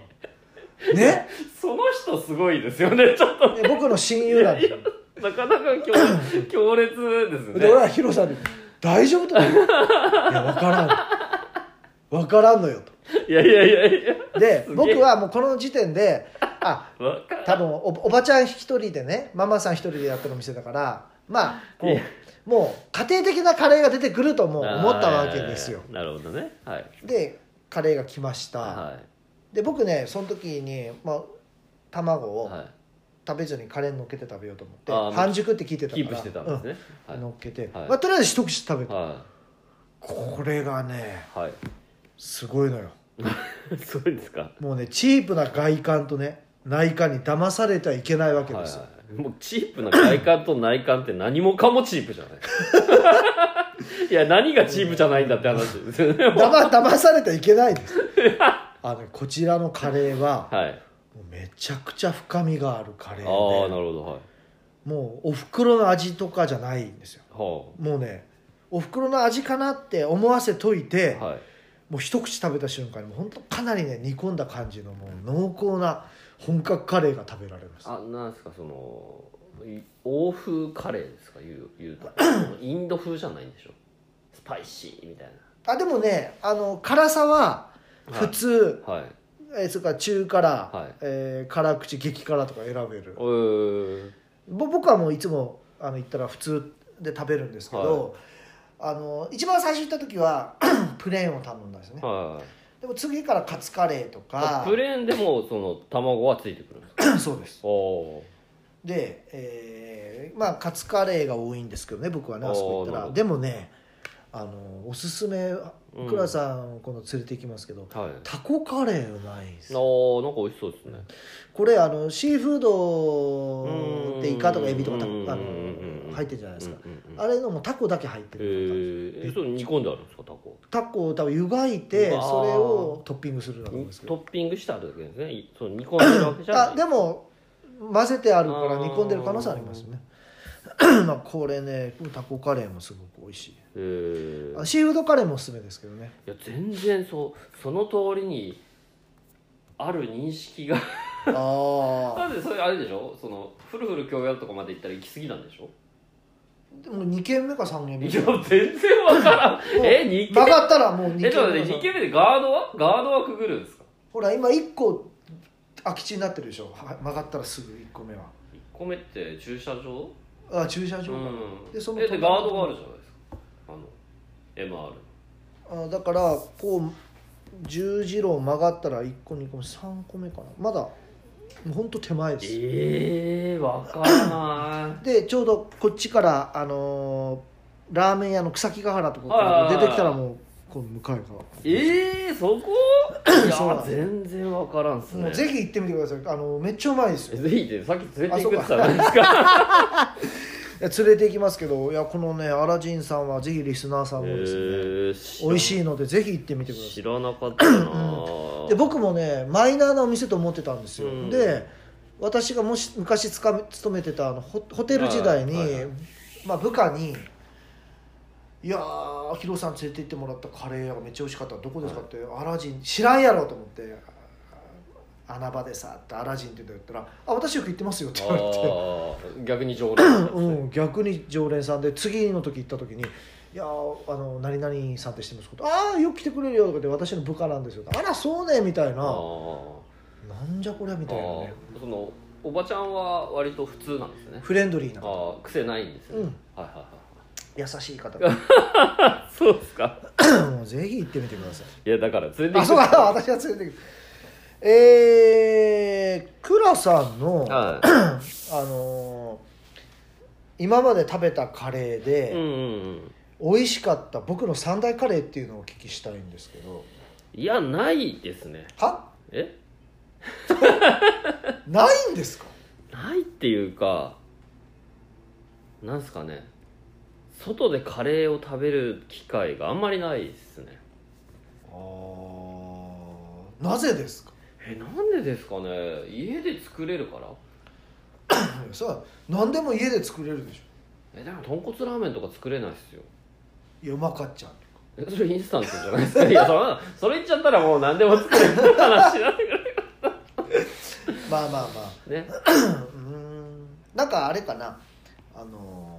[SPEAKER 1] とね
[SPEAKER 2] その人すごいですよねちょっと
[SPEAKER 1] で僕の親友なんですよ
[SPEAKER 2] なかなか強強烈ですね
[SPEAKER 1] で俺はヒロさんに「大丈夫?」とか言 ういや分からん分からんのよ」
[SPEAKER 2] いやいやいやいや
[SPEAKER 1] とです
[SPEAKER 2] げえ
[SPEAKER 1] 僕はもうこの時点であ
[SPEAKER 2] わか
[SPEAKER 1] 多分おおばちゃん一人でねママさん一人でやってるお店だからまあこ
[SPEAKER 2] いや
[SPEAKER 1] うもう家庭的なカレーが出てくるともう思ったわけですよ
[SPEAKER 2] あーなるほどねはい
[SPEAKER 1] でカレーが来ました、
[SPEAKER 2] は
[SPEAKER 1] で僕ねその時に、まあ、卵
[SPEAKER 2] い
[SPEAKER 1] を
[SPEAKER 2] は
[SPEAKER 1] 食べずにカレーに乗っけて食べようと思って、
[SPEAKER 2] あー
[SPEAKER 1] 半熟って聞いてた
[SPEAKER 2] い
[SPEAKER 1] か
[SPEAKER 2] キ
[SPEAKER 1] ら
[SPEAKER 2] ープしてたんですね、
[SPEAKER 1] うん乗っけて、
[SPEAKER 2] はい
[SPEAKER 1] まあ、とりあえず一口食べて、
[SPEAKER 2] は
[SPEAKER 1] これがね
[SPEAKER 2] いはい
[SPEAKER 1] すごいのよ
[SPEAKER 2] はいそうですか
[SPEAKER 1] もうねチープな外観とね内観に騙されてはいけないわけ
[SPEAKER 2] はい
[SPEAKER 1] ですよ、
[SPEAKER 2] はい、もうチープな外観と内観って何もかもチープじゃない いや何がチープじゃないんだって話ですよね
[SPEAKER 1] 騙騙されてはいけないですあのこちらのカレーは
[SPEAKER 2] はい
[SPEAKER 1] もうめちゃくちゃ深みがあるカ
[SPEAKER 2] ああ
[SPEAKER 1] レ
[SPEAKER 2] ー
[SPEAKER 1] ー
[SPEAKER 2] な
[SPEAKER 1] で
[SPEAKER 2] るほどはい
[SPEAKER 1] もうおふくろの味とかじゃないんですよ
[SPEAKER 2] は
[SPEAKER 1] もうねおふくろの味かなって思わせといて、
[SPEAKER 2] あはい
[SPEAKER 1] もう一口食べた瞬間にもう本当かなりね煮込んだ感じのもう濃厚な本格カレーが食べられます
[SPEAKER 2] あなんですかそのい欧風カレーですか言う言うとインド風じゃないんでしょスパイシーみたい
[SPEAKER 1] あでもねあの辛さは
[SPEAKER 2] な
[SPEAKER 1] 普通、
[SPEAKER 2] はい、はい、
[SPEAKER 1] えーそれから中辛、
[SPEAKER 2] はい
[SPEAKER 1] えー辛口激辛とか選べる
[SPEAKER 2] えー
[SPEAKER 1] ぼ僕はもういつもあの行ったら普通で食べるんですけど、あの一番最初行った時は プレーンを頼んだんですね、
[SPEAKER 2] はい
[SPEAKER 1] でも次からカツカレーとか
[SPEAKER 2] プレーンでもその卵はついてくるんですか
[SPEAKER 1] そうです
[SPEAKER 2] おお
[SPEAKER 1] で、えーまあカツカレーが多いんですけどね僕はね
[SPEAKER 2] あー
[SPEAKER 1] あそこ行った
[SPEAKER 2] なるほ
[SPEAKER 1] ら
[SPEAKER 2] ど
[SPEAKER 1] でもねあのおすすめ
[SPEAKER 2] うん
[SPEAKER 1] 倉さん今度連れて行きますけど、
[SPEAKER 2] はい
[SPEAKER 1] タコカレーうまいです
[SPEAKER 2] あーなんか美味しそうですね
[SPEAKER 1] これあのシーフードでイカとかエビとかタコ
[SPEAKER 2] うん
[SPEAKER 1] あ
[SPEAKER 2] うん
[SPEAKER 1] の入ってるじゃないですか、
[SPEAKER 2] うんうんうん
[SPEAKER 1] あれのもうタコだけ入って
[SPEAKER 2] え
[SPEAKER 1] る
[SPEAKER 2] ー、えそう煮込んであるんですかタコ
[SPEAKER 1] タコを多分湯がいて
[SPEAKER 2] うわー
[SPEAKER 1] それをトッピングするんだと思うんですけ
[SPEAKER 2] ト
[SPEAKER 1] ど
[SPEAKER 2] ッピングしてあるだけですねいそう煮込んでるわけじゃない
[SPEAKER 1] あでも混ぜてあるか
[SPEAKER 2] あ
[SPEAKER 1] ら
[SPEAKER 2] ー
[SPEAKER 1] 煮込んでる可能性ありますよね まあこれねタコカレーもすごく美味しい
[SPEAKER 2] えー、
[SPEAKER 1] あシーフードカレーもおすすめですけどね
[SPEAKER 2] いや全然そうその通りにある認識 が
[SPEAKER 1] ああ
[SPEAKER 2] だってそれあれでしょそのフルフル教養とかまで行ったら行き過ぎなんでしょ
[SPEAKER 1] でも2軒目か3軒目
[SPEAKER 2] いや全然わからんえ二
[SPEAKER 1] 曲
[SPEAKER 2] 軒
[SPEAKER 1] がったらもう2
[SPEAKER 2] えちょっ
[SPEAKER 1] 軒
[SPEAKER 2] と待
[SPEAKER 1] 目
[SPEAKER 2] っ
[SPEAKER 1] か
[SPEAKER 2] て2軒目でガードはガードはくぐるんですか
[SPEAKER 1] ほら今1個空き地になってるでしょは曲がったらすぐ1個目は
[SPEAKER 2] 1個目って駐車場
[SPEAKER 1] あ駐車
[SPEAKER 2] う
[SPEAKER 1] 場、
[SPEAKER 2] ん
[SPEAKER 1] でその
[SPEAKER 2] えでガードがあるじゃないですかあの MR
[SPEAKER 1] あだからこう十字路を曲がったら1個2個目3個目かなまだもうほんと手前です
[SPEAKER 2] ええー、わからな
[SPEAKER 1] でちょうどこっちからあのーラーメン屋の草木ヶ原とかから出てきたらもうこう向かいから
[SPEAKER 2] いええー、そこい
[SPEAKER 1] そうな
[SPEAKER 2] や
[SPEAKER 1] んです
[SPEAKER 2] 全然わからんっす
[SPEAKER 1] も
[SPEAKER 2] ね
[SPEAKER 1] うぜひ行ってみてくださいあのめっちゃうまいですよ
[SPEAKER 2] えぜひってさっき連れて行くって言ったじゃないですか
[SPEAKER 1] いや連れて行きますけどいやこのねアラジンさんはぜひリスナーさんもですね、
[SPEAKER 2] 美
[SPEAKER 1] 美味し
[SPEAKER 2] い
[SPEAKER 1] いのでぜひ行ってみてくださ
[SPEAKER 2] 知らなかったな
[SPEAKER 1] いうで僕もねマイナーなお店と思ってたんですよ、
[SPEAKER 2] うん
[SPEAKER 1] で私がもし昔つかめ勤めてたあのホホテル時代に、
[SPEAKER 2] はいはいはい
[SPEAKER 1] まあ、部下に「いやーヒロさん連れて行ってもらったカレー屋がめっちゃ美味しかったどこですか?」って、アラジン知らんやろ」と思って「穴場でさ」って「アラジン」って言ったら「あ私よく行ってますよ」って言われて
[SPEAKER 2] あー逆に常連だったんですね
[SPEAKER 1] うん、逆に常連さんで次の時行った時に「いやーあの何々さんって知ってますか?」ああよく来てくれるよ」とかって「私の部下なんですよ」あらそうね」みたい
[SPEAKER 2] あ
[SPEAKER 1] な
[SPEAKER 2] ー
[SPEAKER 1] 「なんじゃこりゃ」み
[SPEAKER 2] あ
[SPEAKER 1] たいなね
[SPEAKER 2] ーそのおばちゃんは割と普通なんですね
[SPEAKER 1] フレンドリーな
[SPEAKER 2] ああ癖ないんですよね、
[SPEAKER 1] うん
[SPEAKER 2] はいはいはい
[SPEAKER 1] 優しい 方も
[SPEAKER 2] そうですか
[SPEAKER 1] うぜひ行ってみてください
[SPEAKER 2] いやだから連れて
[SPEAKER 1] あそう
[SPEAKER 2] く
[SPEAKER 1] か私は連れてくえー、クラさんの、
[SPEAKER 2] は
[SPEAKER 1] あのー今まで食べたカレー
[SPEAKER 2] いうんう
[SPEAKER 1] で、
[SPEAKER 2] んうん
[SPEAKER 1] 美味しかった僕の三大カレーっていうのをお聞きしたいんですけど
[SPEAKER 2] いやないですね
[SPEAKER 1] は
[SPEAKER 2] え
[SPEAKER 1] ないんですか
[SPEAKER 2] ないっていうかなんすかね外でカレーを食べる機会があんまりないですね
[SPEAKER 1] あーなぜですか
[SPEAKER 2] えなんでですかね家で作れるから
[SPEAKER 1] それは何でも家で作れるでし
[SPEAKER 2] えでも豚骨ラーメンとか作れないっすよ
[SPEAKER 1] ょいやうまかっちゃう
[SPEAKER 2] えそれインスタントじゃない ですかいやそのそれ言っちゃったらもう何でも作れるって話なんだけ
[SPEAKER 1] まあまあまあ
[SPEAKER 2] どね
[SPEAKER 1] うーんなんかあれかなあのー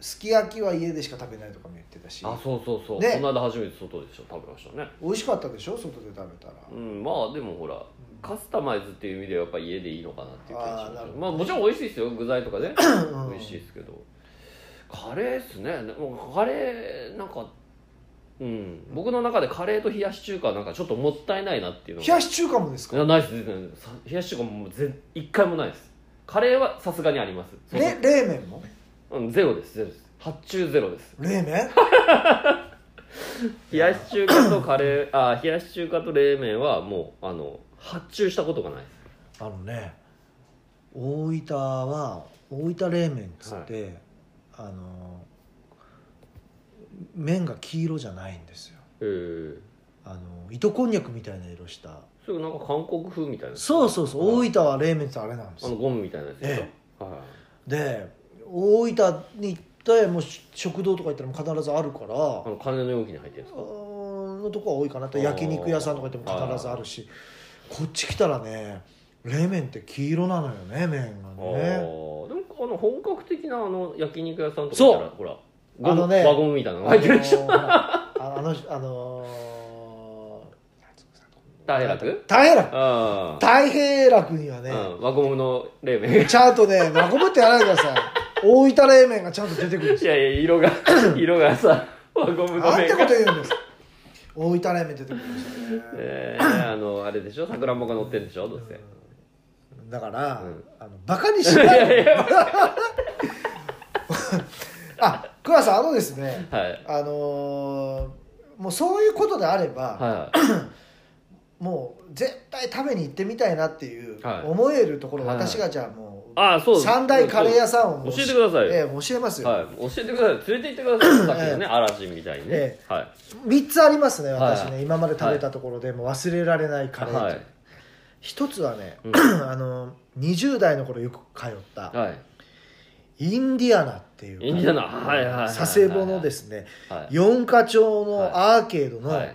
[SPEAKER 1] すき焼きは家でしか食べないとかも言ってたし
[SPEAKER 2] あそうそうそう、
[SPEAKER 1] ね
[SPEAKER 2] この間初めて外でしょ食べましたね
[SPEAKER 1] 美味しかったでしょ外で食べたら、
[SPEAKER 2] うんまあでもほらカスタマイズっていう意味ではやっぱ家でいいのかなっていう気がし
[SPEAKER 1] あーな
[SPEAKER 2] ま
[SPEAKER 1] る
[SPEAKER 2] すね
[SPEAKER 1] ほど
[SPEAKER 2] まあもちろん美味しいですよ具材とかね
[SPEAKER 1] うん
[SPEAKER 2] 美味しいですけどカレーっすねでもカレーなんかうん僕の中でカレーと冷やし中華はなんかちょっともったいないなっていうの
[SPEAKER 1] 冷
[SPEAKER 2] が
[SPEAKER 1] やし中華もです
[SPEAKER 2] い
[SPEAKER 1] か
[SPEAKER 2] やないです全然さ冷やし中華も全一回もないですカレーはさすがにありますその
[SPEAKER 1] れ冷麺も
[SPEAKER 2] うんゼロですゼロです発注ゼロです
[SPEAKER 1] 冷麺
[SPEAKER 2] 冷やし中華とカレーあ冷やし中華と冷麺はもうあの発注したことがないです
[SPEAKER 1] あのね大分は大分冷麺っつって、あのー麺が黄色じゃないんですよ
[SPEAKER 2] えー
[SPEAKER 1] あの糸こんにゃくみたいな色した
[SPEAKER 2] それなんか韓国風みたいな
[SPEAKER 1] そうそうそう
[SPEAKER 2] はい
[SPEAKER 1] 大分は冷麺ってあれなんです
[SPEAKER 2] あ
[SPEAKER 1] よ
[SPEAKER 2] のゴムみたいなやつでしょ
[SPEAKER 1] え
[SPEAKER 2] は
[SPEAKER 1] で大分に行ってもう食堂とか行ったらもう必ずあるから
[SPEAKER 2] いあの金の容器に入ってるんです
[SPEAKER 1] あ
[SPEAKER 2] か
[SPEAKER 1] ーのとこは多いかなって焼肉屋さんとか行っても必ずあるしこっち来たらね冷麺って黄色なのよね麺が
[SPEAKER 2] あーで
[SPEAKER 1] ね
[SPEAKER 2] もあの本格的なあの焼肉屋さんとか
[SPEAKER 1] そう
[SPEAKER 2] 行ったらほらゴ
[SPEAKER 1] あ
[SPEAKER 2] ム、
[SPEAKER 1] のね
[SPEAKER 2] 輪ゴムみたいなのが入ってるでし
[SPEAKER 1] あ
[SPEAKER 2] ょ
[SPEAKER 1] のーほらああのあの
[SPEAKER 2] 大楽
[SPEAKER 1] ー大平楽
[SPEAKER 2] あ
[SPEAKER 1] 大平楽には
[SPEAKER 2] あ、
[SPEAKER 1] ね
[SPEAKER 2] うん、輪ゴムの冷麺
[SPEAKER 1] ちゃんとねまこぶってやらないでください大分冷麺がちゃんと出てくるんです
[SPEAKER 2] いやいや色が色がさ輪ゴムの
[SPEAKER 1] なんて
[SPEAKER 2] 麺
[SPEAKER 1] こと
[SPEAKER 2] が
[SPEAKER 1] 言うんです大分冷麺出てくるんですよね
[SPEAKER 2] えー、あのあれでしょ桜んぼが乗ってるでしょどうせ
[SPEAKER 1] だから、
[SPEAKER 2] うん
[SPEAKER 1] あのバカにしない
[SPEAKER 2] いやい
[SPEAKER 1] あ倉さんあのですね
[SPEAKER 2] はいはい
[SPEAKER 1] あのーもうそういうことであれば、
[SPEAKER 2] はい
[SPEAKER 1] もう絶対食べに行ってみたいなっていう
[SPEAKER 2] はい
[SPEAKER 1] 思えるところ、
[SPEAKER 2] はい
[SPEAKER 1] 私がじゃあもう、
[SPEAKER 2] ああそうです
[SPEAKER 1] 三大カレー屋さんをもう
[SPEAKER 2] 教えてくださいよ
[SPEAKER 1] ええもう教えますよ、
[SPEAKER 2] はい、教えてください連れて行ってくださいさっきのね、嵐みたいにね、
[SPEAKER 1] え
[SPEAKER 2] はい
[SPEAKER 1] 三3つありますね私ね、
[SPEAKER 2] は
[SPEAKER 1] 今まで食べたところでもう忘れられないカレー、
[SPEAKER 2] はい
[SPEAKER 1] 一つはね、
[SPEAKER 2] う
[SPEAKER 1] あの20代の頃よく通った、
[SPEAKER 2] はい
[SPEAKER 1] インディアナっていう
[SPEAKER 2] インディアナはいはいはいはい
[SPEAKER 1] 佐世保のですね
[SPEAKER 2] はい
[SPEAKER 1] 四花町のアーケードの、
[SPEAKER 2] はい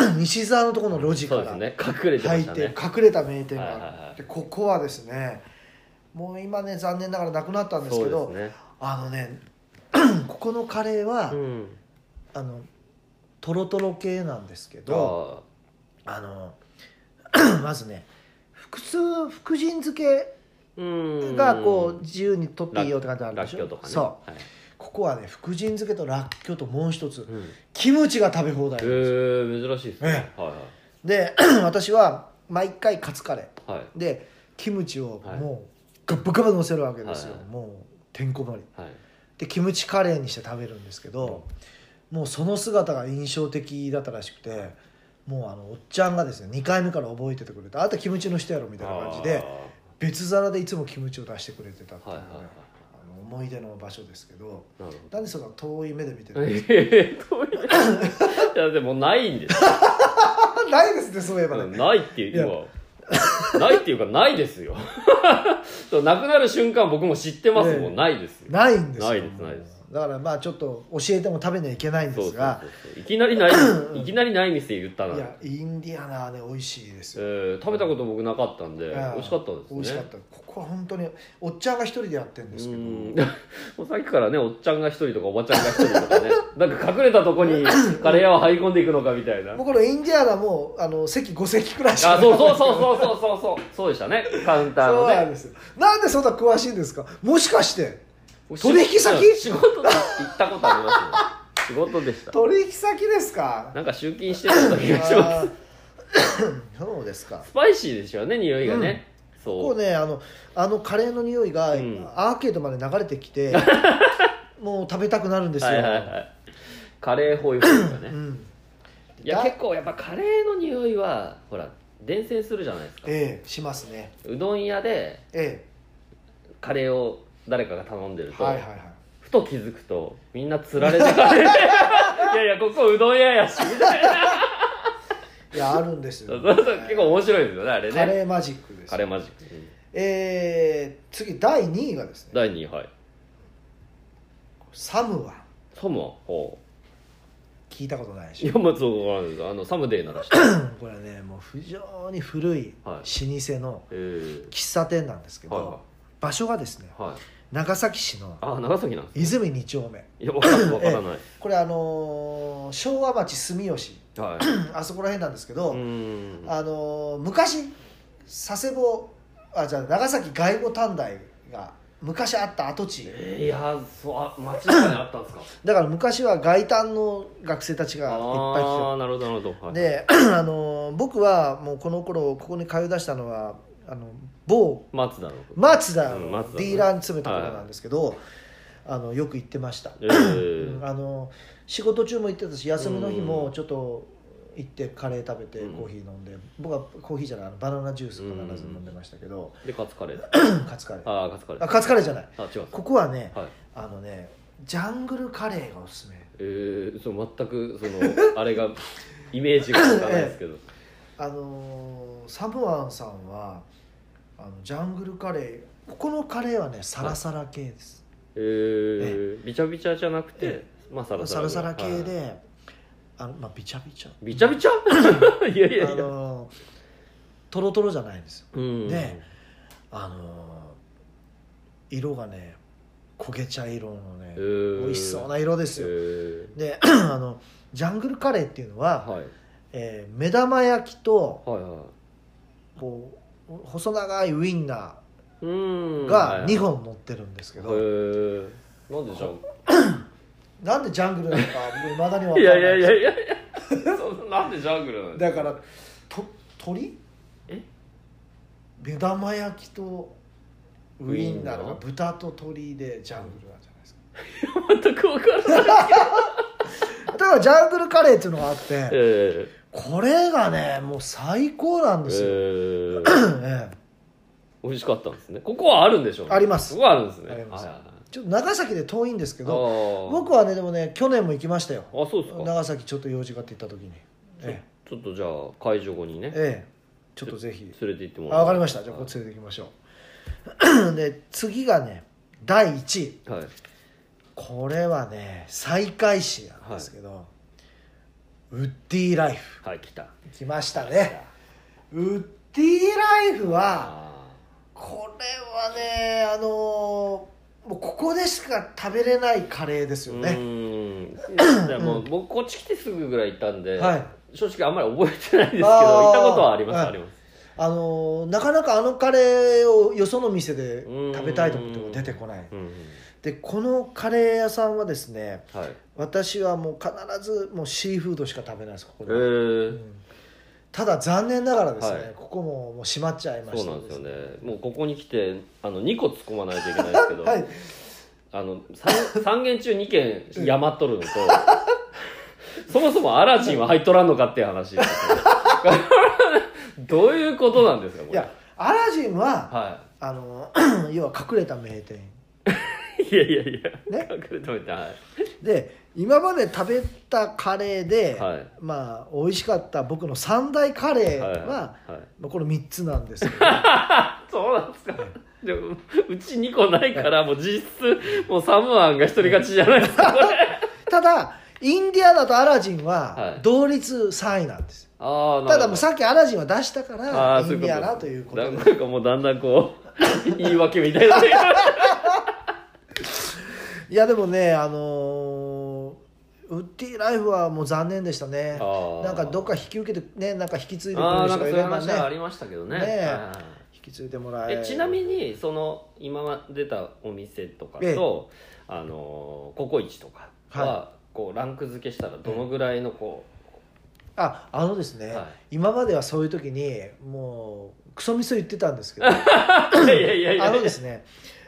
[SPEAKER 1] 西沢のところの路地か
[SPEAKER 2] そうで
[SPEAKER 1] ら
[SPEAKER 2] すね隠れてま
[SPEAKER 1] 入っ
[SPEAKER 2] した
[SPEAKER 1] て
[SPEAKER 2] ね
[SPEAKER 1] 隠れた名店がある、
[SPEAKER 2] はいはいはい
[SPEAKER 1] でここはですねもう今ね残念ながらなくなったんです
[SPEAKER 2] そ
[SPEAKER 1] け
[SPEAKER 2] う
[SPEAKER 1] ど
[SPEAKER 2] ですね
[SPEAKER 1] あのね ここのカレーは、
[SPEAKER 2] うん
[SPEAKER 1] あのトロトロ系なんですけど
[SPEAKER 2] あ
[SPEAKER 1] あの まずね複数福神漬け
[SPEAKER 2] ーうん
[SPEAKER 1] がこう自由に取っていいよって感じある
[SPEAKER 2] ら
[SPEAKER 1] で
[SPEAKER 2] っ
[SPEAKER 1] し
[SPEAKER 2] きょ
[SPEAKER 1] ょ、
[SPEAKER 2] うとかね
[SPEAKER 1] そう
[SPEAKER 2] はい
[SPEAKER 1] ここはね福神漬けとらっきょうともう一つ
[SPEAKER 2] うん、
[SPEAKER 1] キムチが食べ放題
[SPEAKER 2] え
[SPEAKER 1] なんですよ
[SPEAKER 2] ー、珍しいですねはい
[SPEAKER 1] で 私は毎回カツカレー
[SPEAKER 2] はいはい
[SPEAKER 1] でキムチを
[SPEAKER 2] はい
[SPEAKER 1] もうガッバガバ乗せるわけですよ、
[SPEAKER 2] はい
[SPEAKER 1] もうてんこ盛り
[SPEAKER 2] はい
[SPEAKER 1] でキムチカレーにして食べるんですけど、もうその姿が印象的だったらしくてもうあのおっちゃんがですね2回目から覚えててくれてあんたキムチの人やろみたいな感じで
[SPEAKER 2] あ
[SPEAKER 1] 別皿でいつもキムチを出してくれてたって
[SPEAKER 2] ー
[SPEAKER 1] いう
[SPEAKER 2] はい
[SPEAKER 1] ね
[SPEAKER 2] はいはい
[SPEAKER 1] あの思い出の場所ですけど
[SPEAKER 2] なるほど
[SPEAKER 1] なんでそんな遠い目で見てるんです
[SPEAKER 2] えー、どういう いやでもないんですよ
[SPEAKER 1] か ないですねそういえばね、
[SPEAKER 2] うんないっていうのはないっていうかないですよ そうなくなる瞬間僕も知ってますも
[SPEAKER 1] ね
[SPEAKER 2] ん、ないですよ
[SPEAKER 1] ないんですよ
[SPEAKER 2] ないですないです
[SPEAKER 1] だからまあちょっと教えても食べにはいけないん
[SPEAKER 2] そ
[SPEAKER 1] で
[SPEAKER 2] うそう
[SPEAKER 1] す
[SPEAKER 2] そ
[SPEAKER 1] が
[SPEAKER 2] うそういきなりないいきなりない店言ったない
[SPEAKER 1] やインディアナはね美味しいです
[SPEAKER 2] え
[SPEAKER 1] よ、
[SPEAKER 2] ー食べたこと僕なかったんで美
[SPEAKER 1] ああ
[SPEAKER 2] 味しかったですね
[SPEAKER 1] 美味しかったここは本当におっちゃんが一人でやってるんです
[SPEAKER 2] う
[SPEAKER 1] けど
[SPEAKER 2] ん もうさっきからねおっちゃんが一人とかおばちゃんが一人とかね なんか隠れたとこにカレー屋を張り込んでいくのかみたいな
[SPEAKER 1] もうこのインディアナもあの席5席くらい
[SPEAKER 2] あ
[SPEAKER 1] しか
[SPEAKER 2] そうそう
[SPEAKER 1] う
[SPEAKER 2] そうそうそうそうそうそうでしたねカウンター
[SPEAKER 1] そ
[SPEAKER 2] の
[SPEAKER 1] うなん
[SPEAKER 2] ね
[SPEAKER 1] ですよなんでそんな詳しいんですかもしかして取引先
[SPEAKER 2] うん仕事で行ったことありますよ仕事でした
[SPEAKER 1] 取引先ですか
[SPEAKER 2] なんか集金してるような気がします
[SPEAKER 1] あーそうです か
[SPEAKER 2] スパイシーでしょうね匂いがね、そう
[SPEAKER 1] こうねあのあのカレーの匂いが
[SPEAKER 2] うん
[SPEAKER 1] アーケードまで流れてき て、もう食べたくなるんですよ、
[SPEAKER 2] はいはいはいカレーホイホイとか
[SPEAKER 1] う
[SPEAKER 2] ね
[SPEAKER 1] ん、
[SPEAKER 2] いや
[SPEAKER 1] だ
[SPEAKER 2] 結構やっぱカレーの匂いはほら伝染するじゃないですか
[SPEAKER 1] ええしますね
[SPEAKER 2] うどん屋で
[SPEAKER 1] え
[SPEAKER 2] カレーを誰かが頼んで
[SPEAKER 1] え
[SPEAKER 2] ると、
[SPEAKER 1] はいはいはい
[SPEAKER 2] ふと気づくとみんなつられてカレー いやいやここうどん屋やしみたいない
[SPEAKER 1] やあるんです
[SPEAKER 2] そ
[SPEAKER 1] よ
[SPEAKER 2] うそうそう結構面白いですよねあれね
[SPEAKER 1] カレーマジックです
[SPEAKER 2] カレーマジック、うん
[SPEAKER 1] えー、次第2位がですね
[SPEAKER 2] 第2位はい
[SPEAKER 1] サムは
[SPEAKER 2] サムはほ
[SPEAKER 1] 聞いたことないで
[SPEAKER 2] うい
[SPEAKER 1] しょ
[SPEAKER 2] やまず分からないですあのサムデイなら知ってる
[SPEAKER 1] これねもう非常に古い老
[SPEAKER 2] は
[SPEAKER 1] 舗
[SPEAKER 2] い
[SPEAKER 1] の
[SPEAKER 2] えー
[SPEAKER 1] 喫茶店なんですけど、
[SPEAKER 2] はいは
[SPEAKER 1] 場所がですね
[SPEAKER 2] いはい
[SPEAKER 1] 長崎市の
[SPEAKER 2] あ長崎なんです
[SPEAKER 1] 泉2丁目
[SPEAKER 2] いや分からない分からない、
[SPEAKER 1] これあのー昭和町住吉
[SPEAKER 2] はい
[SPEAKER 1] あそこら辺なんですけど、
[SPEAKER 2] うーん
[SPEAKER 1] あのー昔佐世保あじゃあ長崎外語短大が昔あった跡地
[SPEAKER 2] えーいやそうあ街中にあったんですか
[SPEAKER 1] だから昔は外短の学生たちがいっぱい来てた
[SPEAKER 2] ああなるほどなるほど、はい、
[SPEAKER 1] で、 あの僕はもうこの頃ここに通い出したのはあの某
[SPEAKER 2] 松田のこと
[SPEAKER 1] マツダ
[SPEAKER 2] うん
[SPEAKER 1] の
[SPEAKER 2] マツダ
[SPEAKER 1] デ
[SPEAKER 2] の
[SPEAKER 1] ィーラーに詰めたところなんですけど、あのよく行ってました、
[SPEAKER 2] えー
[SPEAKER 1] うんあの仕事中も行ってたし休みの日
[SPEAKER 2] う
[SPEAKER 1] も
[SPEAKER 2] ん
[SPEAKER 1] ちょっと行ってカレー食べて
[SPEAKER 2] うん
[SPEAKER 1] コーヒー飲んで、僕はコーヒーじゃないあのバナナジュース必ず飲んでましたけど、
[SPEAKER 2] でカツカレー
[SPEAKER 1] カツカレー
[SPEAKER 2] ああカツカレー
[SPEAKER 1] あカツカレーじゃない
[SPEAKER 2] あ違う
[SPEAKER 1] ここはね
[SPEAKER 2] はい
[SPEAKER 1] あのねジャングルカレーがおすすめ
[SPEAKER 2] えー、そう全くその あれがイメージがつかないですけど、
[SPEAKER 1] あのーサムワンさんはあのジャングルカレーここのカレーはねサラサラ系です、
[SPEAKER 2] えービチャビチャじゃなくて、
[SPEAKER 1] え
[SPEAKER 2] まあサラサ
[SPEAKER 1] サ
[SPEAKER 2] ラ
[SPEAKER 1] ラサラ系
[SPEAKER 2] はい
[SPEAKER 1] で、あのまあビチャビチャ
[SPEAKER 2] ビチャビチャ いやい
[SPEAKER 1] あ
[SPEAKER 2] やいや
[SPEAKER 1] のートロトロじゃないんですよ
[SPEAKER 2] うん
[SPEAKER 1] ねあのー色がね焦げ茶色のね、
[SPEAKER 2] えー
[SPEAKER 1] 美味しそうな色です
[SPEAKER 2] え
[SPEAKER 1] よ、
[SPEAKER 2] ー
[SPEAKER 1] で あのジャングルカレーっていうのは、
[SPEAKER 2] はい
[SPEAKER 1] えー目玉焼きと
[SPEAKER 2] はいは
[SPEAKER 1] こう細長いウインナ
[SPEAKER 2] いうん
[SPEAKER 1] ーが2
[SPEAKER 2] 二
[SPEAKER 1] 本乗ってるんですけ
[SPEAKER 2] へえ
[SPEAKER 1] ど、
[SPEAKER 2] ー、なんでじゃん
[SPEAKER 1] なんでジャングルなのか僕いまだに分か
[SPEAKER 2] い
[SPEAKER 1] んな
[SPEAKER 2] や
[SPEAKER 1] い
[SPEAKER 2] いやいやいやいや そうなんでジャングルなんです
[SPEAKER 1] だからと鳥
[SPEAKER 2] え
[SPEAKER 1] 目玉焼きとウインナー
[SPEAKER 2] ウインナ
[SPEAKER 1] が
[SPEAKER 2] ー
[SPEAKER 1] 豚と鳥でジャングルなんじゃないですか
[SPEAKER 2] 全く分からない、
[SPEAKER 1] だからジャングルカレーっていうのがあって
[SPEAKER 2] え
[SPEAKER 1] これがねもう最高なん
[SPEAKER 2] ー
[SPEAKER 1] ですよ、
[SPEAKER 2] えー
[SPEAKER 1] ええ
[SPEAKER 2] 美味しかったんですねここはあるんでしょうね
[SPEAKER 1] あります
[SPEAKER 2] ここはあるんですね
[SPEAKER 1] あります
[SPEAKER 2] はいはいはい
[SPEAKER 1] ちょっと長崎で遠いんですけど
[SPEAKER 2] 僕
[SPEAKER 1] 僕はねでもね去年も行きましたよ
[SPEAKER 2] あそうですか
[SPEAKER 1] 長崎ちょっと用事があって行った時にえ
[SPEAKER 2] ちょっとじゃあ会場後に
[SPEAKER 1] え
[SPEAKER 2] ね
[SPEAKER 1] ええちょっとぜひ
[SPEAKER 2] 連れて行ってもら
[SPEAKER 1] あ分かりましたじゃあこ
[SPEAKER 2] こ
[SPEAKER 1] こ連れて行きましょう で次がね第1位
[SPEAKER 2] はい
[SPEAKER 1] これはね西海市なんですけど、ウッディライフ
[SPEAKER 2] はい来た
[SPEAKER 1] 来ましたねウッディライフは
[SPEAKER 2] あ
[SPEAKER 1] これはねあのーもうここでしか食べれないカレーです
[SPEAKER 2] ー
[SPEAKER 1] よ
[SPEAKER 2] う
[SPEAKER 1] ね
[SPEAKER 2] ーんじゃあもう僕こっち来てすぐぐらい行ったんで
[SPEAKER 1] はい
[SPEAKER 2] 正直あんまり覚えてないですけど
[SPEAKER 1] あー
[SPEAKER 2] 行ったことはあります
[SPEAKER 1] はい
[SPEAKER 2] あります
[SPEAKER 1] あのーなかなかあのカレーをよその店で食べたいと思っても出てこない
[SPEAKER 2] うんうん
[SPEAKER 1] でこのカレー屋さんはですね
[SPEAKER 2] はい
[SPEAKER 1] 私はもう必ずもうシーフードしか食べないですここ
[SPEAKER 2] え
[SPEAKER 1] で、
[SPEAKER 2] ー
[SPEAKER 1] ただ残念ながらですね、
[SPEAKER 2] はい
[SPEAKER 1] ここももう閉まっちゃいま
[SPEAKER 2] そ
[SPEAKER 1] し
[SPEAKER 2] う
[SPEAKER 1] た
[SPEAKER 2] なんですよねもうここに来てあの2個突っ込まないといけないですけど
[SPEAKER 1] はい
[SPEAKER 2] あの 3, 三軒中2軒山っとるのと そもそもアラジンは入っとらんのかっていう話ですけ どどういうことなんですかこ
[SPEAKER 1] い
[SPEAKER 2] れ
[SPEAKER 1] やアラジンは
[SPEAKER 2] は
[SPEAKER 1] あの 要は隠れた名店
[SPEAKER 2] い、いやいやいや
[SPEAKER 1] ね
[SPEAKER 2] 隠れておいては
[SPEAKER 1] で今まで食べたカレーで、
[SPEAKER 2] い、はい
[SPEAKER 1] まあ美味しかった僕の三大カレーは、
[SPEAKER 2] はいはい
[SPEAKER 1] まあ、この3つなんです けど
[SPEAKER 2] そうなんですかでもうち2個ないからもう実質もうサムアンが一人勝ちじゃないですかこれ
[SPEAKER 1] ただインディアナとアラジン
[SPEAKER 2] は
[SPEAKER 1] はい同率3位なんです、
[SPEAKER 2] ああ
[SPEAKER 1] ただもうさっきアラジンは出したから
[SPEAKER 2] あ
[SPEAKER 1] イ
[SPEAKER 2] ーそうい
[SPEAKER 1] ン
[SPEAKER 2] う
[SPEAKER 1] デ
[SPEAKER 2] こ
[SPEAKER 1] ィ
[SPEAKER 2] と
[SPEAKER 1] アナということで
[SPEAKER 2] なんかもうだんだんこう 言い訳みたいな
[SPEAKER 1] いやでもねあのーウッディライフはもう残念でしたね
[SPEAKER 2] あー
[SPEAKER 1] なんかどっか引き受けてねなんか引き継いでくれ
[SPEAKER 2] ああ
[SPEAKER 1] る人
[SPEAKER 2] なんか
[SPEAKER 1] が
[SPEAKER 2] そう
[SPEAKER 1] い
[SPEAKER 2] いう
[SPEAKER 1] れば
[SPEAKER 2] 話はあ
[SPEAKER 1] ね
[SPEAKER 2] りましたけどね
[SPEAKER 1] ねえ引
[SPEAKER 2] はい
[SPEAKER 1] 引き継いでもらえ
[SPEAKER 2] えちなみにその今まで出たお店とか
[SPEAKER 1] ええ
[SPEAKER 2] と、あのーココイチとかは、こうランク付けしたらどのぐらいのこ
[SPEAKER 1] ああのですね、
[SPEAKER 2] う、は
[SPEAKER 1] 今まではそういう時にもうクソみそ言ってたんですけど
[SPEAKER 2] い、いやいやいやいや
[SPEAKER 1] あのですね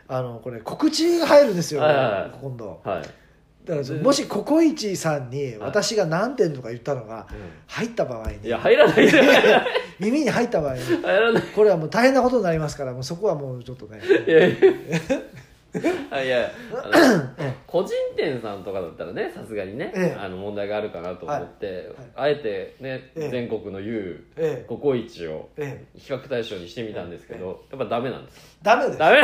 [SPEAKER 1] あのこれ告知が入るんですよ
[SPEAKER 2] はいはいはい
[SPEAKER 1] 今度
[SPEAKER 2] はい、
[SPEAKER 1] だからそのもしココイチさんに私が何点とか言ったのが入った場合
[SPEAKER 2] い
[SPEAKER 1] に
[SPEAKER 2] や入ら ないじゃない
[SPEAKER 1] 耳に入った場合に
[SPEAKER 2] 入らない
[SPEAKER 1] これはもう大変なことになりますからもうそこはもうちょっ とね
[SPEAKER 2] いやいやあいやあの個人店さんとかだったらねさすがにね、
[SPEAKER 1] ええ
[SPEAKER 2] あの問題があるかなと思って、あえてね、
[SPEAKER 1] ええ
[SPEAKER 2] 全国の U
[SPEAKER 1] ええ
[SPEAKER 2] ココイチを
[SPEAKER 1] ええ
[SPEAKER 2] 比較対象にしてみたんですけど、やっぱダメなんです
[SPEAKER 1] ダメです
[SPEAKER 2] ダメ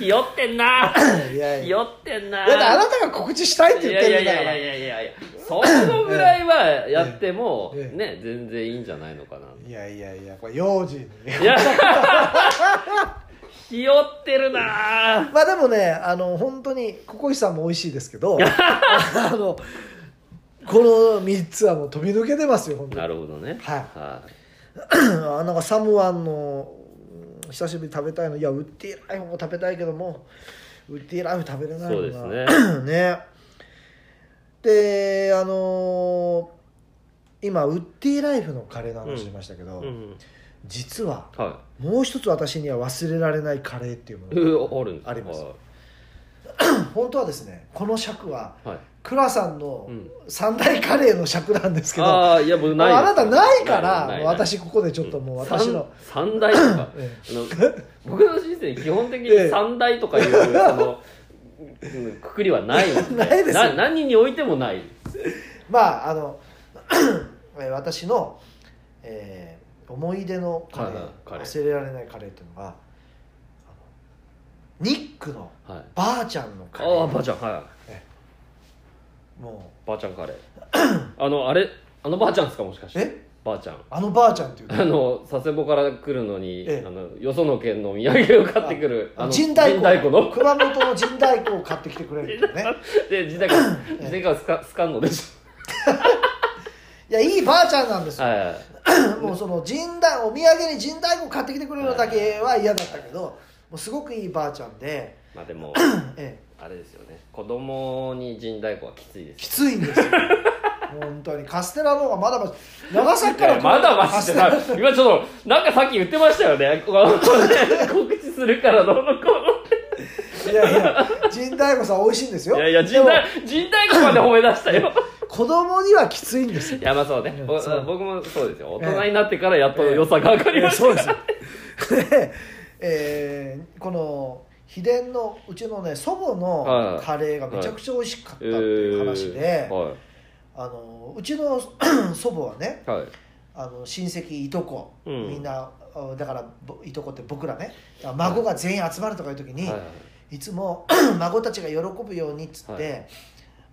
[SPEAKER 2] ひよってんない
[SPEAKER 1] やい
[SPEAKER 2] ひ
[SPEAKER 1] や
[SPEAKER 2] よってんな
[SPEAKER 1] だってあなたが告知したいって
[SPEAKER 2] い
[SPEAKER 1] 言っ
[SPEAKER 2] や
[SPEAKER 1] て
[SPEAKER 2] い
[SPEAKER 1] るんだ
[SPEAKER 2] やい
[SPEAKER 1] か
[SPEAKER 2] やい
[SPEAKER 1] ら
[SPEAKER 2] やいやいやいやそのぐらいはやっても
[SPEAKER 1] ええ
[SPEAKER 2] ね全然いいんじゃないのかない
[SPEAKER 1] やいやいやこれ用心に
[SPEAKER 2] いやひよってるな
[SPEAKER 1] まあでもねあの本当にココイチさんも美味しいですけ どあのこの3つはもう飛び抜けてますよ本当
[SPEAKER 2] な
[SPEAKER 1] に
[SPEAKER 2] るほどね
[SPEAKER 1] はい
[SPEAKER 2] は
[SPEAKER 1] あなんかサムワンのうん久しぶりに食べたいのいやウッディライフも食べたいけどもウッディライフ食べれ
[SPEAKER 2] い
[SPEAKER 1] ない
[SPEAKER 2] そ
[SPEAKER 1] も
[SPEAKER 2] うんで
[SPEAKER 1] な
[SPEAKER 2] すね
[SPEAKER 1] ねであのー今ウッディライフのカレーの話しましたけど、
[SPEAKER 2] うん
[SPEAKER 1] 実は
[SPEAKER 2] は
[SPEAKER 1] もう一つ私には忘れられないカレーっていうも
[SPEAKER 2] いうん
[SPEAKER 1] のが
[SPEAKER 2] あるんです
[SPEAKER 1] あります
[SPEAKER 2] は
[SPEAKER 1] 本当はですねこの尺はい
[SPEAKER 2] はい
[SPEAKER 1] 倉さんの
[SPEAKER 2] うん
[SPEAKER 1] 三大カレーの尺なんですけど、
[SPEAKER 2] ああいや僕ない
[SPEAKER 1] あなたないから
[SPEAKER 2] ないないない
[SPEAKER 1] 私ここでちょっともう私の、
[SPEAKER 2] 三三大とか
[SPEAKER 1] え
[SPEAKER 2] あの 僕の人生に基本的に三大とかいう、そのうんくくりはないの
[SPEAKER 1] ないですよ
[SPEAKER 2] 何においてもない
[SPEAKER 1] えまああの え私の、えー思い出のカレー,、
[SPEAKER 2] はいはいカレー
[SPEAKER 1] 忘れられないカレーっていうのがあのニックの
[SPEAKER 2] はい
[SPEAKER 1] ばあちゃんのカレ
[SPEAKER 2] ああ
[SPEAKER 1] ー
[SPEAKER 2] ばあちゃんはい
[SPEAKER 1] もう
[SPEAKER 2] ばあちゃんカレー あのあれあのばあちゃんですかもしかして
[SPEAKER 1] え
[SPEAKER 2] ばあちゃん
[SPEAKER 1] あのばあちゃんっていう
[SPEAKER 2] あの佐世保から来るのに、
[SPEAKER 1] ええ
[SPEAKER 2] あのよその県のお土産を買ってくる
[SPEAKER 1] あ
[SPEAKER 2] の
[SPEAKER 1] の神太鼓
[SPEAKER 2] 鼓の
[SPEAKER 1] 熊本の神太鼓を買ってきてくれるんだよね
[SPEAKER 2] で神太鼓神太鼓スカスカンの でし
[SPEAKER 1] いやいいばあちゃんなんです
[SPEAKER 2] ょ
[SPEAKER 1] よ、
[SPEAKER 2] はいはい
[SPEAKER 1] もうその神代お土産に神太鼓買ってきてくれるのだけは嫌だったけどもうすごくいいばあちゃんで、
[SPEAKER 2] まあでも
[SPEAKER 1] ええ、
[SPEAKER 2] あれですよね子供に神太鼓はきついです
[SPEAKER 1] きついんですよ 本当にカステラの方がまだまだ長崎から来る
[SPEAKER 2] まだまし
[SPEAKER 1] カステラ
[SPEAKER 2] て今ちょっとなんかさっき言ってましたよねこう告知するからどうのこ
[SPEAKER 1] いやいや神太鼓さん美味しいんです
[SPEAKER 2] うの
[SPEAKER 1] よ
[SPEAKER 2] いやいや神
[SPEAKER 1] でも
[SPEAKER 2] 太神太鼓まで褒め出したよ
[SPEAKER 1] 子供にはきついんですよ
[SPEAKER 2] いやまあそうねぼ
[SPEAKER 1] そう
[SPEAKER 2] 僕もそうですよ大人になってからやっと良さが分かり
[SPEAKER 1] え
[SPEAKER 2] ま
[SPEAKER 1] え
[SPEAKER 2] した、
[SPEAKER 1] そうですよ で、えーこの秘伝のうちのね祖母のカレーがめちゃくちゃ美味しかったっていう話で、
[SPEAKER 2] えーは
[SPEAKER 1] あのうちの 祖母はね
[SPEAKER 2] いはい
[SPEAKER 1] あの親戚いとこ、
[SPEAKER 2] うん
[SPEAKER 1] みんなあだからぼいとこって僕らねだから孫が全員集まるとかいう時に、
[SPEAKER 2] はいはい
[SPEAKER 1] い、つも 孫たちが喜ぶようにっつって、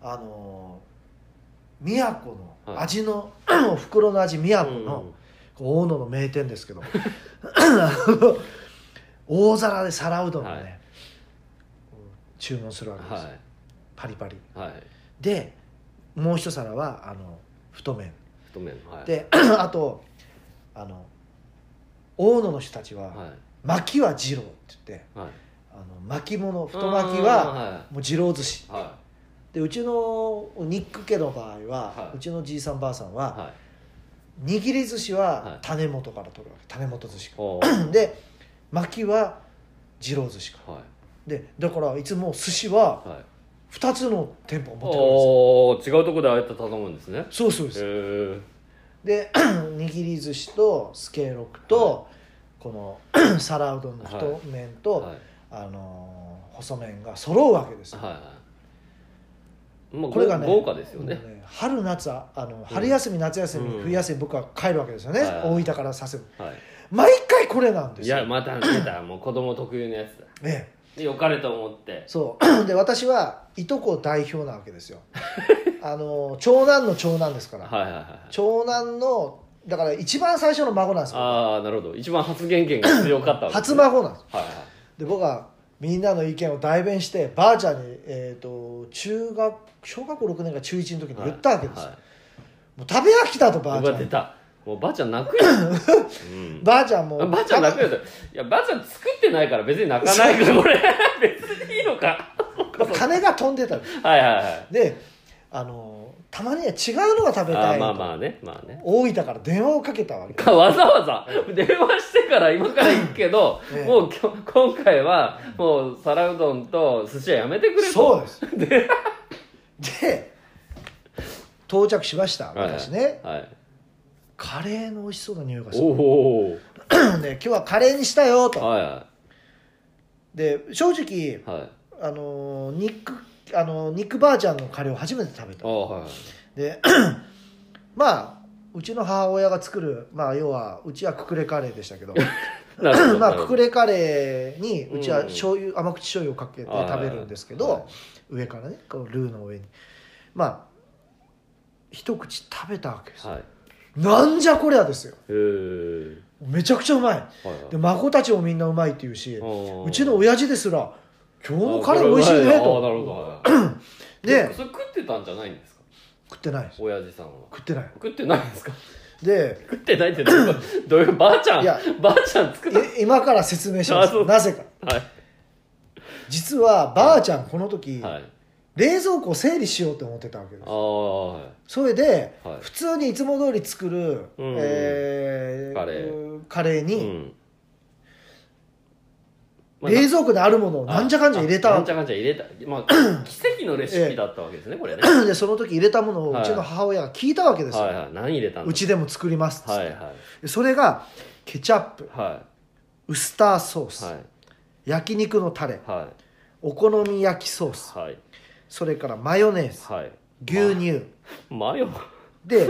[SPEAKER 1] あの宮古の味の、 お袋の味宮古の、こう大野の名店ですけど あの大皿で皿うどんをね、
[SPEAKER 2] はい
[SPEAKER 1] うん注文するわけですよ、
[SPEAKER 2] は
[SPEAKER 1] パリパリ
[SPEAKER 2] いはい
[SPEAKER 1] でもう一皿はあの太麺
[SPEAKER 2] 太麺のはい
[SPEAKER 1] で あとあの大野の人たちは、
[SPEAKER 2] は
[SPEAKER 1] 巻きは二郎って言って
[SPEAKER 2] いはい
[SPEAKER 1] あの巻物太巻きは
[SPEAKER 2] は
[SPEAKER 1] もう二郎寿司
[SPEAKER 2] いは
[SPEAKER 1] でうちのニック家の場合は、
[SPEAKER 2] はいう
[SPEAKER 1] ちのじいさんばあさん
[SPEAKER 2] い
[SPEAKER 1] は、
[SPEAKER 2] はい
[SPEAKER 1] 握り寿司
[SPEAKER 2] はい
[SPEAKER 1] は種元から取るわけ種元寿司か
[SPEAKER 2] お
[SPEAKER 1] で巻きは二郎寿司か
[SPEAKER 2] はい
[SPEAKER 1] でだからいつも寿司は
[SPEAKER 2] はい
[SPEAKER 1] 2つの店舗を持ってくるんですよ
[SPEAKER 2] おお違うとこでああやって頼むんですね
[SPEAKER 1] そうそうです
[SPEAKER 2] へ
[SPEAKER 1] で 握り寿司とスケロクと、この 皿うどんの太麺
[SPEAKER 2] え
[SPEAKER 1] と、
[SPEAKER 2] はい
[SPEAKER 1] あのー細麺が揃うわけですよ、
[SPEAKER 2] はい。まあ、
[SPEAKER 1] こ
[SPEAKER 2] こ
[SPEAKER 1] れ
[SPEAKER 2] れ
[SPEAKER 1] が
[SPEAKER 2] が、
[SPEAKER 1] ね
[SPEAKER 2] 豪華ですよね。
[SPEAKER 1] もう春夏ああの春休み夏休み、
[SPEAKER 2] うん
[SPEAKER 1] 冬休み僕は帰るわけですよね、
[SPEAKER 2] はい
[SPEAKER 1] 大分からさせる
[SPEAKER 2] は
[SPEAKER 1] 毎回これなんで
[SPEAKER 2] い。い
[SPEAKER 1] すよ
[SPEAKER 2] や、また出た、もう子供特有のやつだ。
[SPEAKER 1] ね
[SPEAKER 2] で、よかれと思って。
[SPEAKER 1] そう で私はいとこ代表なわけです よあのー長男の長男ですから、
[SPEAKER 2] はいはいはい。
[SPEAKER 1] 長男のだから一番最初の孫なんですよ
[SPEAKER 2] ああ、なるほど。一番発言権が強かったわけです
[SPEAKER 1] 初
[SPEAKER 2] ね。
[SPEAKER 1] 孫なんです
[SPEAKER 2] はい
[SPEAKER 1] で僕はみんなの意見を代弁してばあちゃんに、えー、と中学小学校6年が中1の時に
[SPEAKER 2] はい。
[SPEAKER 1] 言ったわけですよ、
[SPEAKER 2] はい
[SPEAKER 1] もう食べ飽きたとば
[SPEAKER 2] は
[SPEAKER 1] あ
[SPEAKER 2] い。
[SPEAKER 1] ち
[SPEAKER 2] う
[SPEAKER 1] ゃ
[SPEAKER 2] わ、出
[SPEAKER 1] ん
[SPEAKER 2] た。もうばあちゃん泣くよ、うん
[SPEAKER 1] ばあちゃんも
[SPEAKER 2] あばあちゃん泣くよっていやばあちゃん作ってないから別に泣かない けどこれ別にいいのか
[SPEAKER 1] まあ金が飛んでたの
[SPEAKER 2] はいはいはい
[SPEAKER 1] であのたまには違うのが食べた
[SPEAKER 2] あ
[SPEAKER 1] い
[SPEAKER 2] まあまあねまあね
[SPEAKER 1] 大分から電話をかけたわけ
[SPEAKER 2] かわざわざ電話してから今から行くけど、
[SPEAKER 1] ええ
[SPEAKER 2] もうきょ今回はもう皿うどんと寿司はやめてくれと
[SPEAKER 1] そう ですで到着しました
[SPEAKER 2] はいはい
[SPEAKER 1] 私ね、
[SPEAKER 2] はい、
[SPEAKER 1] カレーの美味しそうな匂いがす
[SPEAKER 2] お
[SPEAKER 1] る
[SPEAKER 2] お
[SPEAKER 1] で今日はカレーにしたよと
[SPEAKER 2] はいは
[SPEAKER 1] で正直
[SPEAKER 2] いはい
[SPEAKER 1] あのー肉あのー肉ばあちゃんのカレーを初めて食べた
[SPEAKER 2] ああはいはい
[SPEAKER 1] で まあうちの母親が作るまあ要はうちはククレカレーでした けど
[SPEAKER 2] なるほど
[SPEAKER 1] まあ
[SPEAKER 2] なる
[SPEAKER 1] ク
[SPEAKER 2] ほ
[SPEAKER 1] ク
[SPEAKER 2] ど
[SPEAKER 1] レカレーにうちは
[SPEAKER 2] うん
[SPEAKER 1] 醤油甘口醤油をかけて食べるんですけ
[SPEAKER 2] はいはい
[SPEAKER 1] ど上からねこうルーの上にまあ一口食べたわけですよ
[SPEAKER 2] はいへ
[SPEAKER 1] なんじゃこりゃですよ
[SPEAKER 2] え
[SPEAKER 1] めちゃくちゃうまい
[SPEAKER 2] はいはい
[SPEAKER 1] で孫たちもみんなうまいって言うし
[SPEAKER 2] う
[SPEAKER 1] うちの親父ですら「今日のカレー美味しいね」
[SPEAKER 2] あなるほ
[SPEAKER 1] と
[SPEAKER 2] ど
[SPEAKER 1] で
[SPEAKER 2] それ食ってたんじゃないんですか
[SPEAKER 1] 食ってないです
[SPEAKER 2] 親父さんは
[SPEAKER 1] 食ってない
[SPEAKER 2] 食ってないんですか
[SPEAKER 1] で
[SPEAKER 2] 食ってないってどういうことどういうばあちゃん
[SPEAKER 1] いや
[SPEAKER 2] ばあちゃん作った
[SPEAKER 1] い今から説明しま
[SPEAKER 2] あ
[SPEAKER 1] す
[SPEAKER 2] そう
[SPEAKER 1] なぜか
[SPEAKER 2] はい
[SPEAKER 1] 実はばあちゃんこの時、
[SPEAKER 2] はい
[SPEAKER 1] 冷蔵庫を整理しようと思ってたわけです
[SPEAKER 2] ああはい
[SPEAKER 1] それで、
[SPEAKER 2] はい
[SPEAKER 1] 普通にいつも通り作る、
[SPEAKER 2] うん
[SPEAKER 1] えー
[SPEAKER 2] カレ
[SPEAKER 1] カレー
[SPEAKER 2] う
[SPEAKER 1] に、
[SPEAKER 2] ん
[SPEAKER 1] 冷蔵庫にあるものをなんじゃかんじゃ入れた
[SPEAKER 2] な
[SPEAKER 1] わ
[SPEAKER 2] んち
[SPEAKER 1] け
[SPEAKER 2] ゃかんちゃ入れたま あ奇跡のレシピだったわけですねこれね は
[SPEAKER 1] でその時入れたものを
[SPEAKER 2] はいう
[SPEAKER 1] ちの母親が聞いたわけですよ、
[SPEAKER 2] いはい何入れたんだ
[SPEAKER 1] うちでも作りますっつって
[SPEAKER 2] はいはい
[SPEAKER 1] でそれがケチャップ
[SPEAKER 2] は
[SPEAKER 1] ウスターソー
[SPEAKER 2] い
[SPEAKER 1] ス、
[SPEAKER 2] はい
[SPEAKER 1] 焼肉のタレ
[SPEAKER 2] は
[SPEAKER 1] お好み焼きソース
[SPEAKER 2] いはい
[SPEAKER 1] それからマヨネーズ
[SPEAKER 2] はい
[SPEAKER 1] 牛乳
[SPEAKER 2] マヨ
[SPEAKER 1] で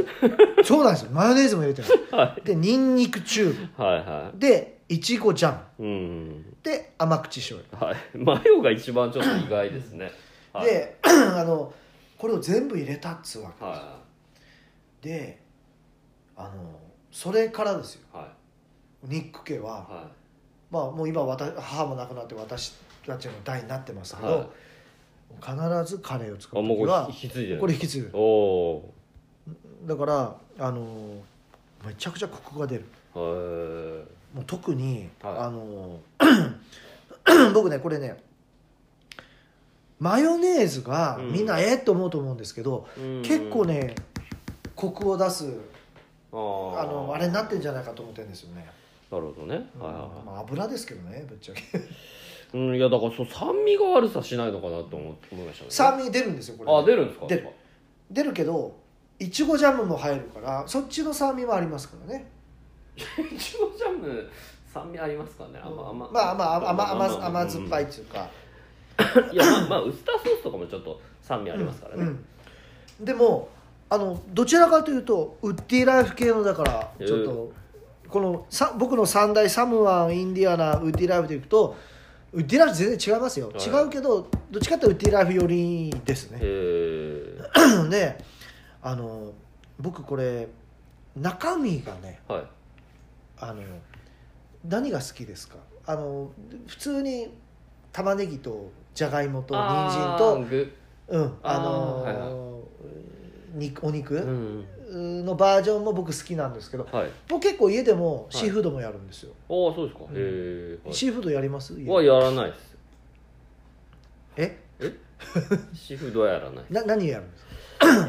[SPEAKER 1] そうなんですよマヨネーズも入れてる
[SPEAKER 2] は
[SPEAKER 1] でニンニクチュー
[SPEAKER 2] いはいは
[SPEAKER 1] ブでいちごジャム
[SPEAKER 2] いうん
[SPEAKER 1] で甘口醤
[SPEAKER 2] はいマヨが一番ちょっと意外ですね
[SPEAKER 1] 油、
[SPEAKER 2] はい
[SPEAKER 1] で あのこれを全部入れたっつうわけです、
[SPEAKER 2] は
[SPEAKER 1] であのそれからですよ
[SPEAKER 2] いはい
[SPEAKER 1] ニック家は、
[SPEAKER 2] は
[SPEAKER 1] まあもう今私母も亡くなって私たちの代になってますけど、
[SPEAKER 2] は
[SPEAKER 1] 必ずカレーを作
[SPEAKER 2] いあ
[SPEAKER 1] る
[SPEAKER 2] もう
[SPEAKER 1] 時
[SPEAKER 2] これ
[SPEAKER 1] は
[SPEAKER 2] 引き継いでる
[SPEAKER 1] これ引き継ぐ
[SPEAKER 2] おお
[SPEAKER 1] だからあのめちゃくちゃコクが出る
[SPEAKER 2] へえ
[SPEAKER 1] もう特に、
[SPEAKER 2] はい
[SPEAKER 1] あの 僕ねこれねマヨネーズが
[SPEAKER 2] うん
[SPEAKER 1] みんなええと思うと思うんですけど、結構ねコクを出すあ
[SPEAKER 2] あー
[SPEAKER 1] のあれになってんじゃないかと思ってるんですよね、
[SPEAKER 2] なるほどね、はいはい
[SPEAKER 1] まあ、油ですけどねぶっちゃけ
[SPEAKER 2] はいうん、いやだからそう酸味が悪さしないのかなと思思いましたね
[SPEAKER 1] 酸味出るんですよこれ、
[SPEAKER 2] あ出るんですか
[SPEAKER 1] 出る出るけどいちごジャムも入るからそっちの酸味もありますからね
[SPEAKER 2] いちごジャム酸味ありますかね甘甘
[SPEAKER 1] まあまあ甘甘甘酸っぱいっていうか、
[SPEAKER 2] いやまあ、まあ、ウスターソースとかもちょっと酸味ありますからね、
[SPEAKER 1] うんうんでもあのどちらかというとウッディライフ系のだから
[SPEAKER 2] えー
[SPEAKER 1] ちょっと、このさ僕の三大サムワンインディアナウッディライフでいくとウッディライフ全然違いますよ、
[SPEAKER 2] は
[SPEAKER 1] 違
[SPEAKER 2] い
[SPEAKER 1] うけどどっちかっていうとウッディライフ寄りですね、
[SPEAKER 2] へえ
[SPEAKER 1] であの僕これ中身がね
[SPEAKER 2] はい
[SPEAKER 1] あの何が好きですかあの普通に玉ねぎとじゃがいもと人参と
[SPEAKER 2] あーぐ
[SPEAKER 1] うん、あのー
[SPEAKER 2] あーはい
[SPEAKER 1] 肉お肉、
[SPEAKER 2] うん
[SPEAKER 1] のバージョンも僕好きなんですけど
[SPEAKER 2] はい
[SPEAKER 1] 僕結構家でもシーフードもやるんですよ、
[SPEAKER 2] ああそうですか、
[SPEAKER 1] うん
[SPEAKER 2] へえ
[SPEAKER 1] シーフードやります家で
[SPEAKER 2] はやらないです
[SPEAKER 1] え
[SPEAKER 2] シーフードはやらない
[SPEAKER 1] な何やるんですか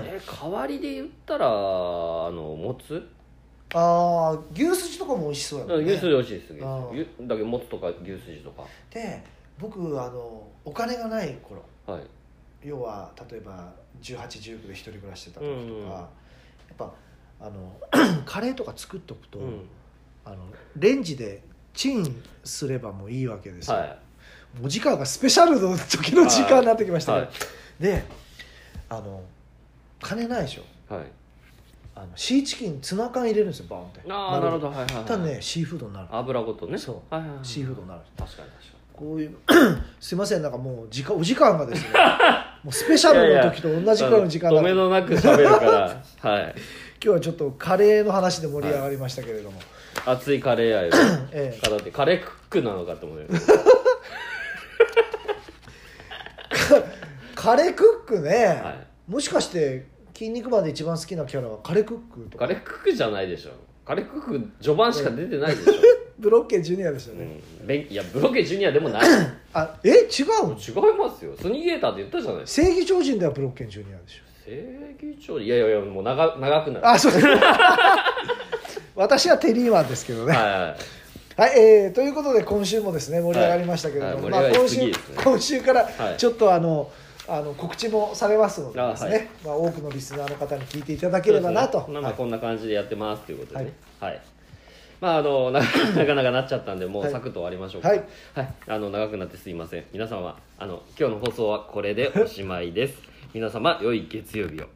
[SPEAKER 2] えー代わりで言ったらあのもつ
[SPEAKER 1] ああ牛すじとかも美味しそうやもんね
[SPEAKER 2] 牛すじ美味しいです
[SPEAKER 1] あー
[SPEAKER 2] 牛だけどもつとか牛すじとか
[SPEAKER 1] で僕あのお金がない頃
[SPEAKER 2] はい
[SPEAKER 1] 要は例えば1819で一人暮らしてた時とか、
[SPEAKER 2] うん
[SPEAKER 1] やっぱあの カレーとか作っとくと、
[SPEAKER 2] うん
[SPEAKER 1] あのレンジでチンすればもういいわけですよ、
[SPEAKER 2] は
[SPEAKER 1] お時間がスペシャルの時の時間になってきまし
[SPEAKER 2] い
[SPEAKER 1] たね、
[SPEAKER 2] は
[SPEAKER 1] であの金ないでしょ
[SPEAKER 2] いはい
[SPEAKER 1] あのシーチキンツナ缶入れるんですよバーンって
[SPEAKER 2] ああなるほ
[SPEAKER 1] ど
[SPEAKER 2] どはいはい、はい、
[SPEAKER 1] ただねシーフードになる
[SPEAKER 2] 油ごとね
[SPEAKER 1] そう
[SPEAKER 2] はいはいはい、
[SPEAKER 1] シーフードになる
[SPEAKER 2] 確かに確か
[SPEAKER 1] こういう すいませんなんかもう時間お時間が ですねもうスペシャルの時と同
[SPEAKER 2] に
[SPEAKER 1] じくらいの時間
[SPEAKER 2] 止
[SPEAKER 1] だ
[SPEAKER 2] め
[SPEAKER 1] 今
[SPEAKER 2] のなく喋るから はい
[SPEAKER 1] 日はちょっとカレーの話で盛り上がりましたけれども、
[SPEAKER 2] 熱いカレー愛を
[SPEAKER 1] ええ
[SPEAKER 2] 語ってカレークックなのかと思うよ
[SPEAKER 1] カレークックね、
[SPEAKER 2] はい
[SPEAKER 1] もしかして「筋肉マン」で一番好きなキャラはカレークックとか
[SPEAKER 2] カレークックじゃないでしょカレークック序盤しか出てないでしょ、
[SPEAKER 1] ブロッケジュニアでした
[SPEAKER 2] う
[SPEAKER 1] ね、
[SPEAKER 2] んべん、いやブロケジュニアでもない
[SPEAKER 1] あえ違うの
[SPEAKER 2] 違いますよスニーゲーターって言ったじゃないですか
[SPEAKER 1] 正義超人ではブロッケンジュニアでしょ
[SPEAKER 2] 正義長いやいやいやもう長長くなる
[SPEAKER 1] あそうです 私はテリーマンですけどね
[SPEAKER 2] はい
[SPEAKER 1] は
[SPEAKER 2] はいはい
[SPEAKER 1] い、えーということで今週もですね盛り上がりましたけれども、
[SPEAKER 2] はいはい
[SPEAKER 1] まあ、
[SPEAKER 2] 盛り
[SPEAKER 1] 今
[SPEAKER 2] 上
[SPEAKER 1] 週
[SPEAKER 2] がりすぎですね
[SPEAKER 1] 今週から
[SPEAKER 2] はい
[SPEAKER 1] ちょっとあの、あの告知もされますのでですね
[SPEAKER 2] あはい
[SPEAKER 1] まあ、多くのリスナーの方に聞いていただければなと、
[SPEAKER 2] そうですねまあ
[SPEAKER 1] はい
[SPEAKER 2] こんな感じでやってますということでねはい、まああのな なかなかなっちゃったんでも
[SPEAKER 1] は
[SPEAKER 2] う
[SPEAKER 1] い
[SPEAKER 2] サクッと終わりましょうか
[SPEAKER 1] はい、
[SPEAKER 2] あの長くなってすいません皆様あの今日の放送はこれでおしまいです皆様良い月曜日を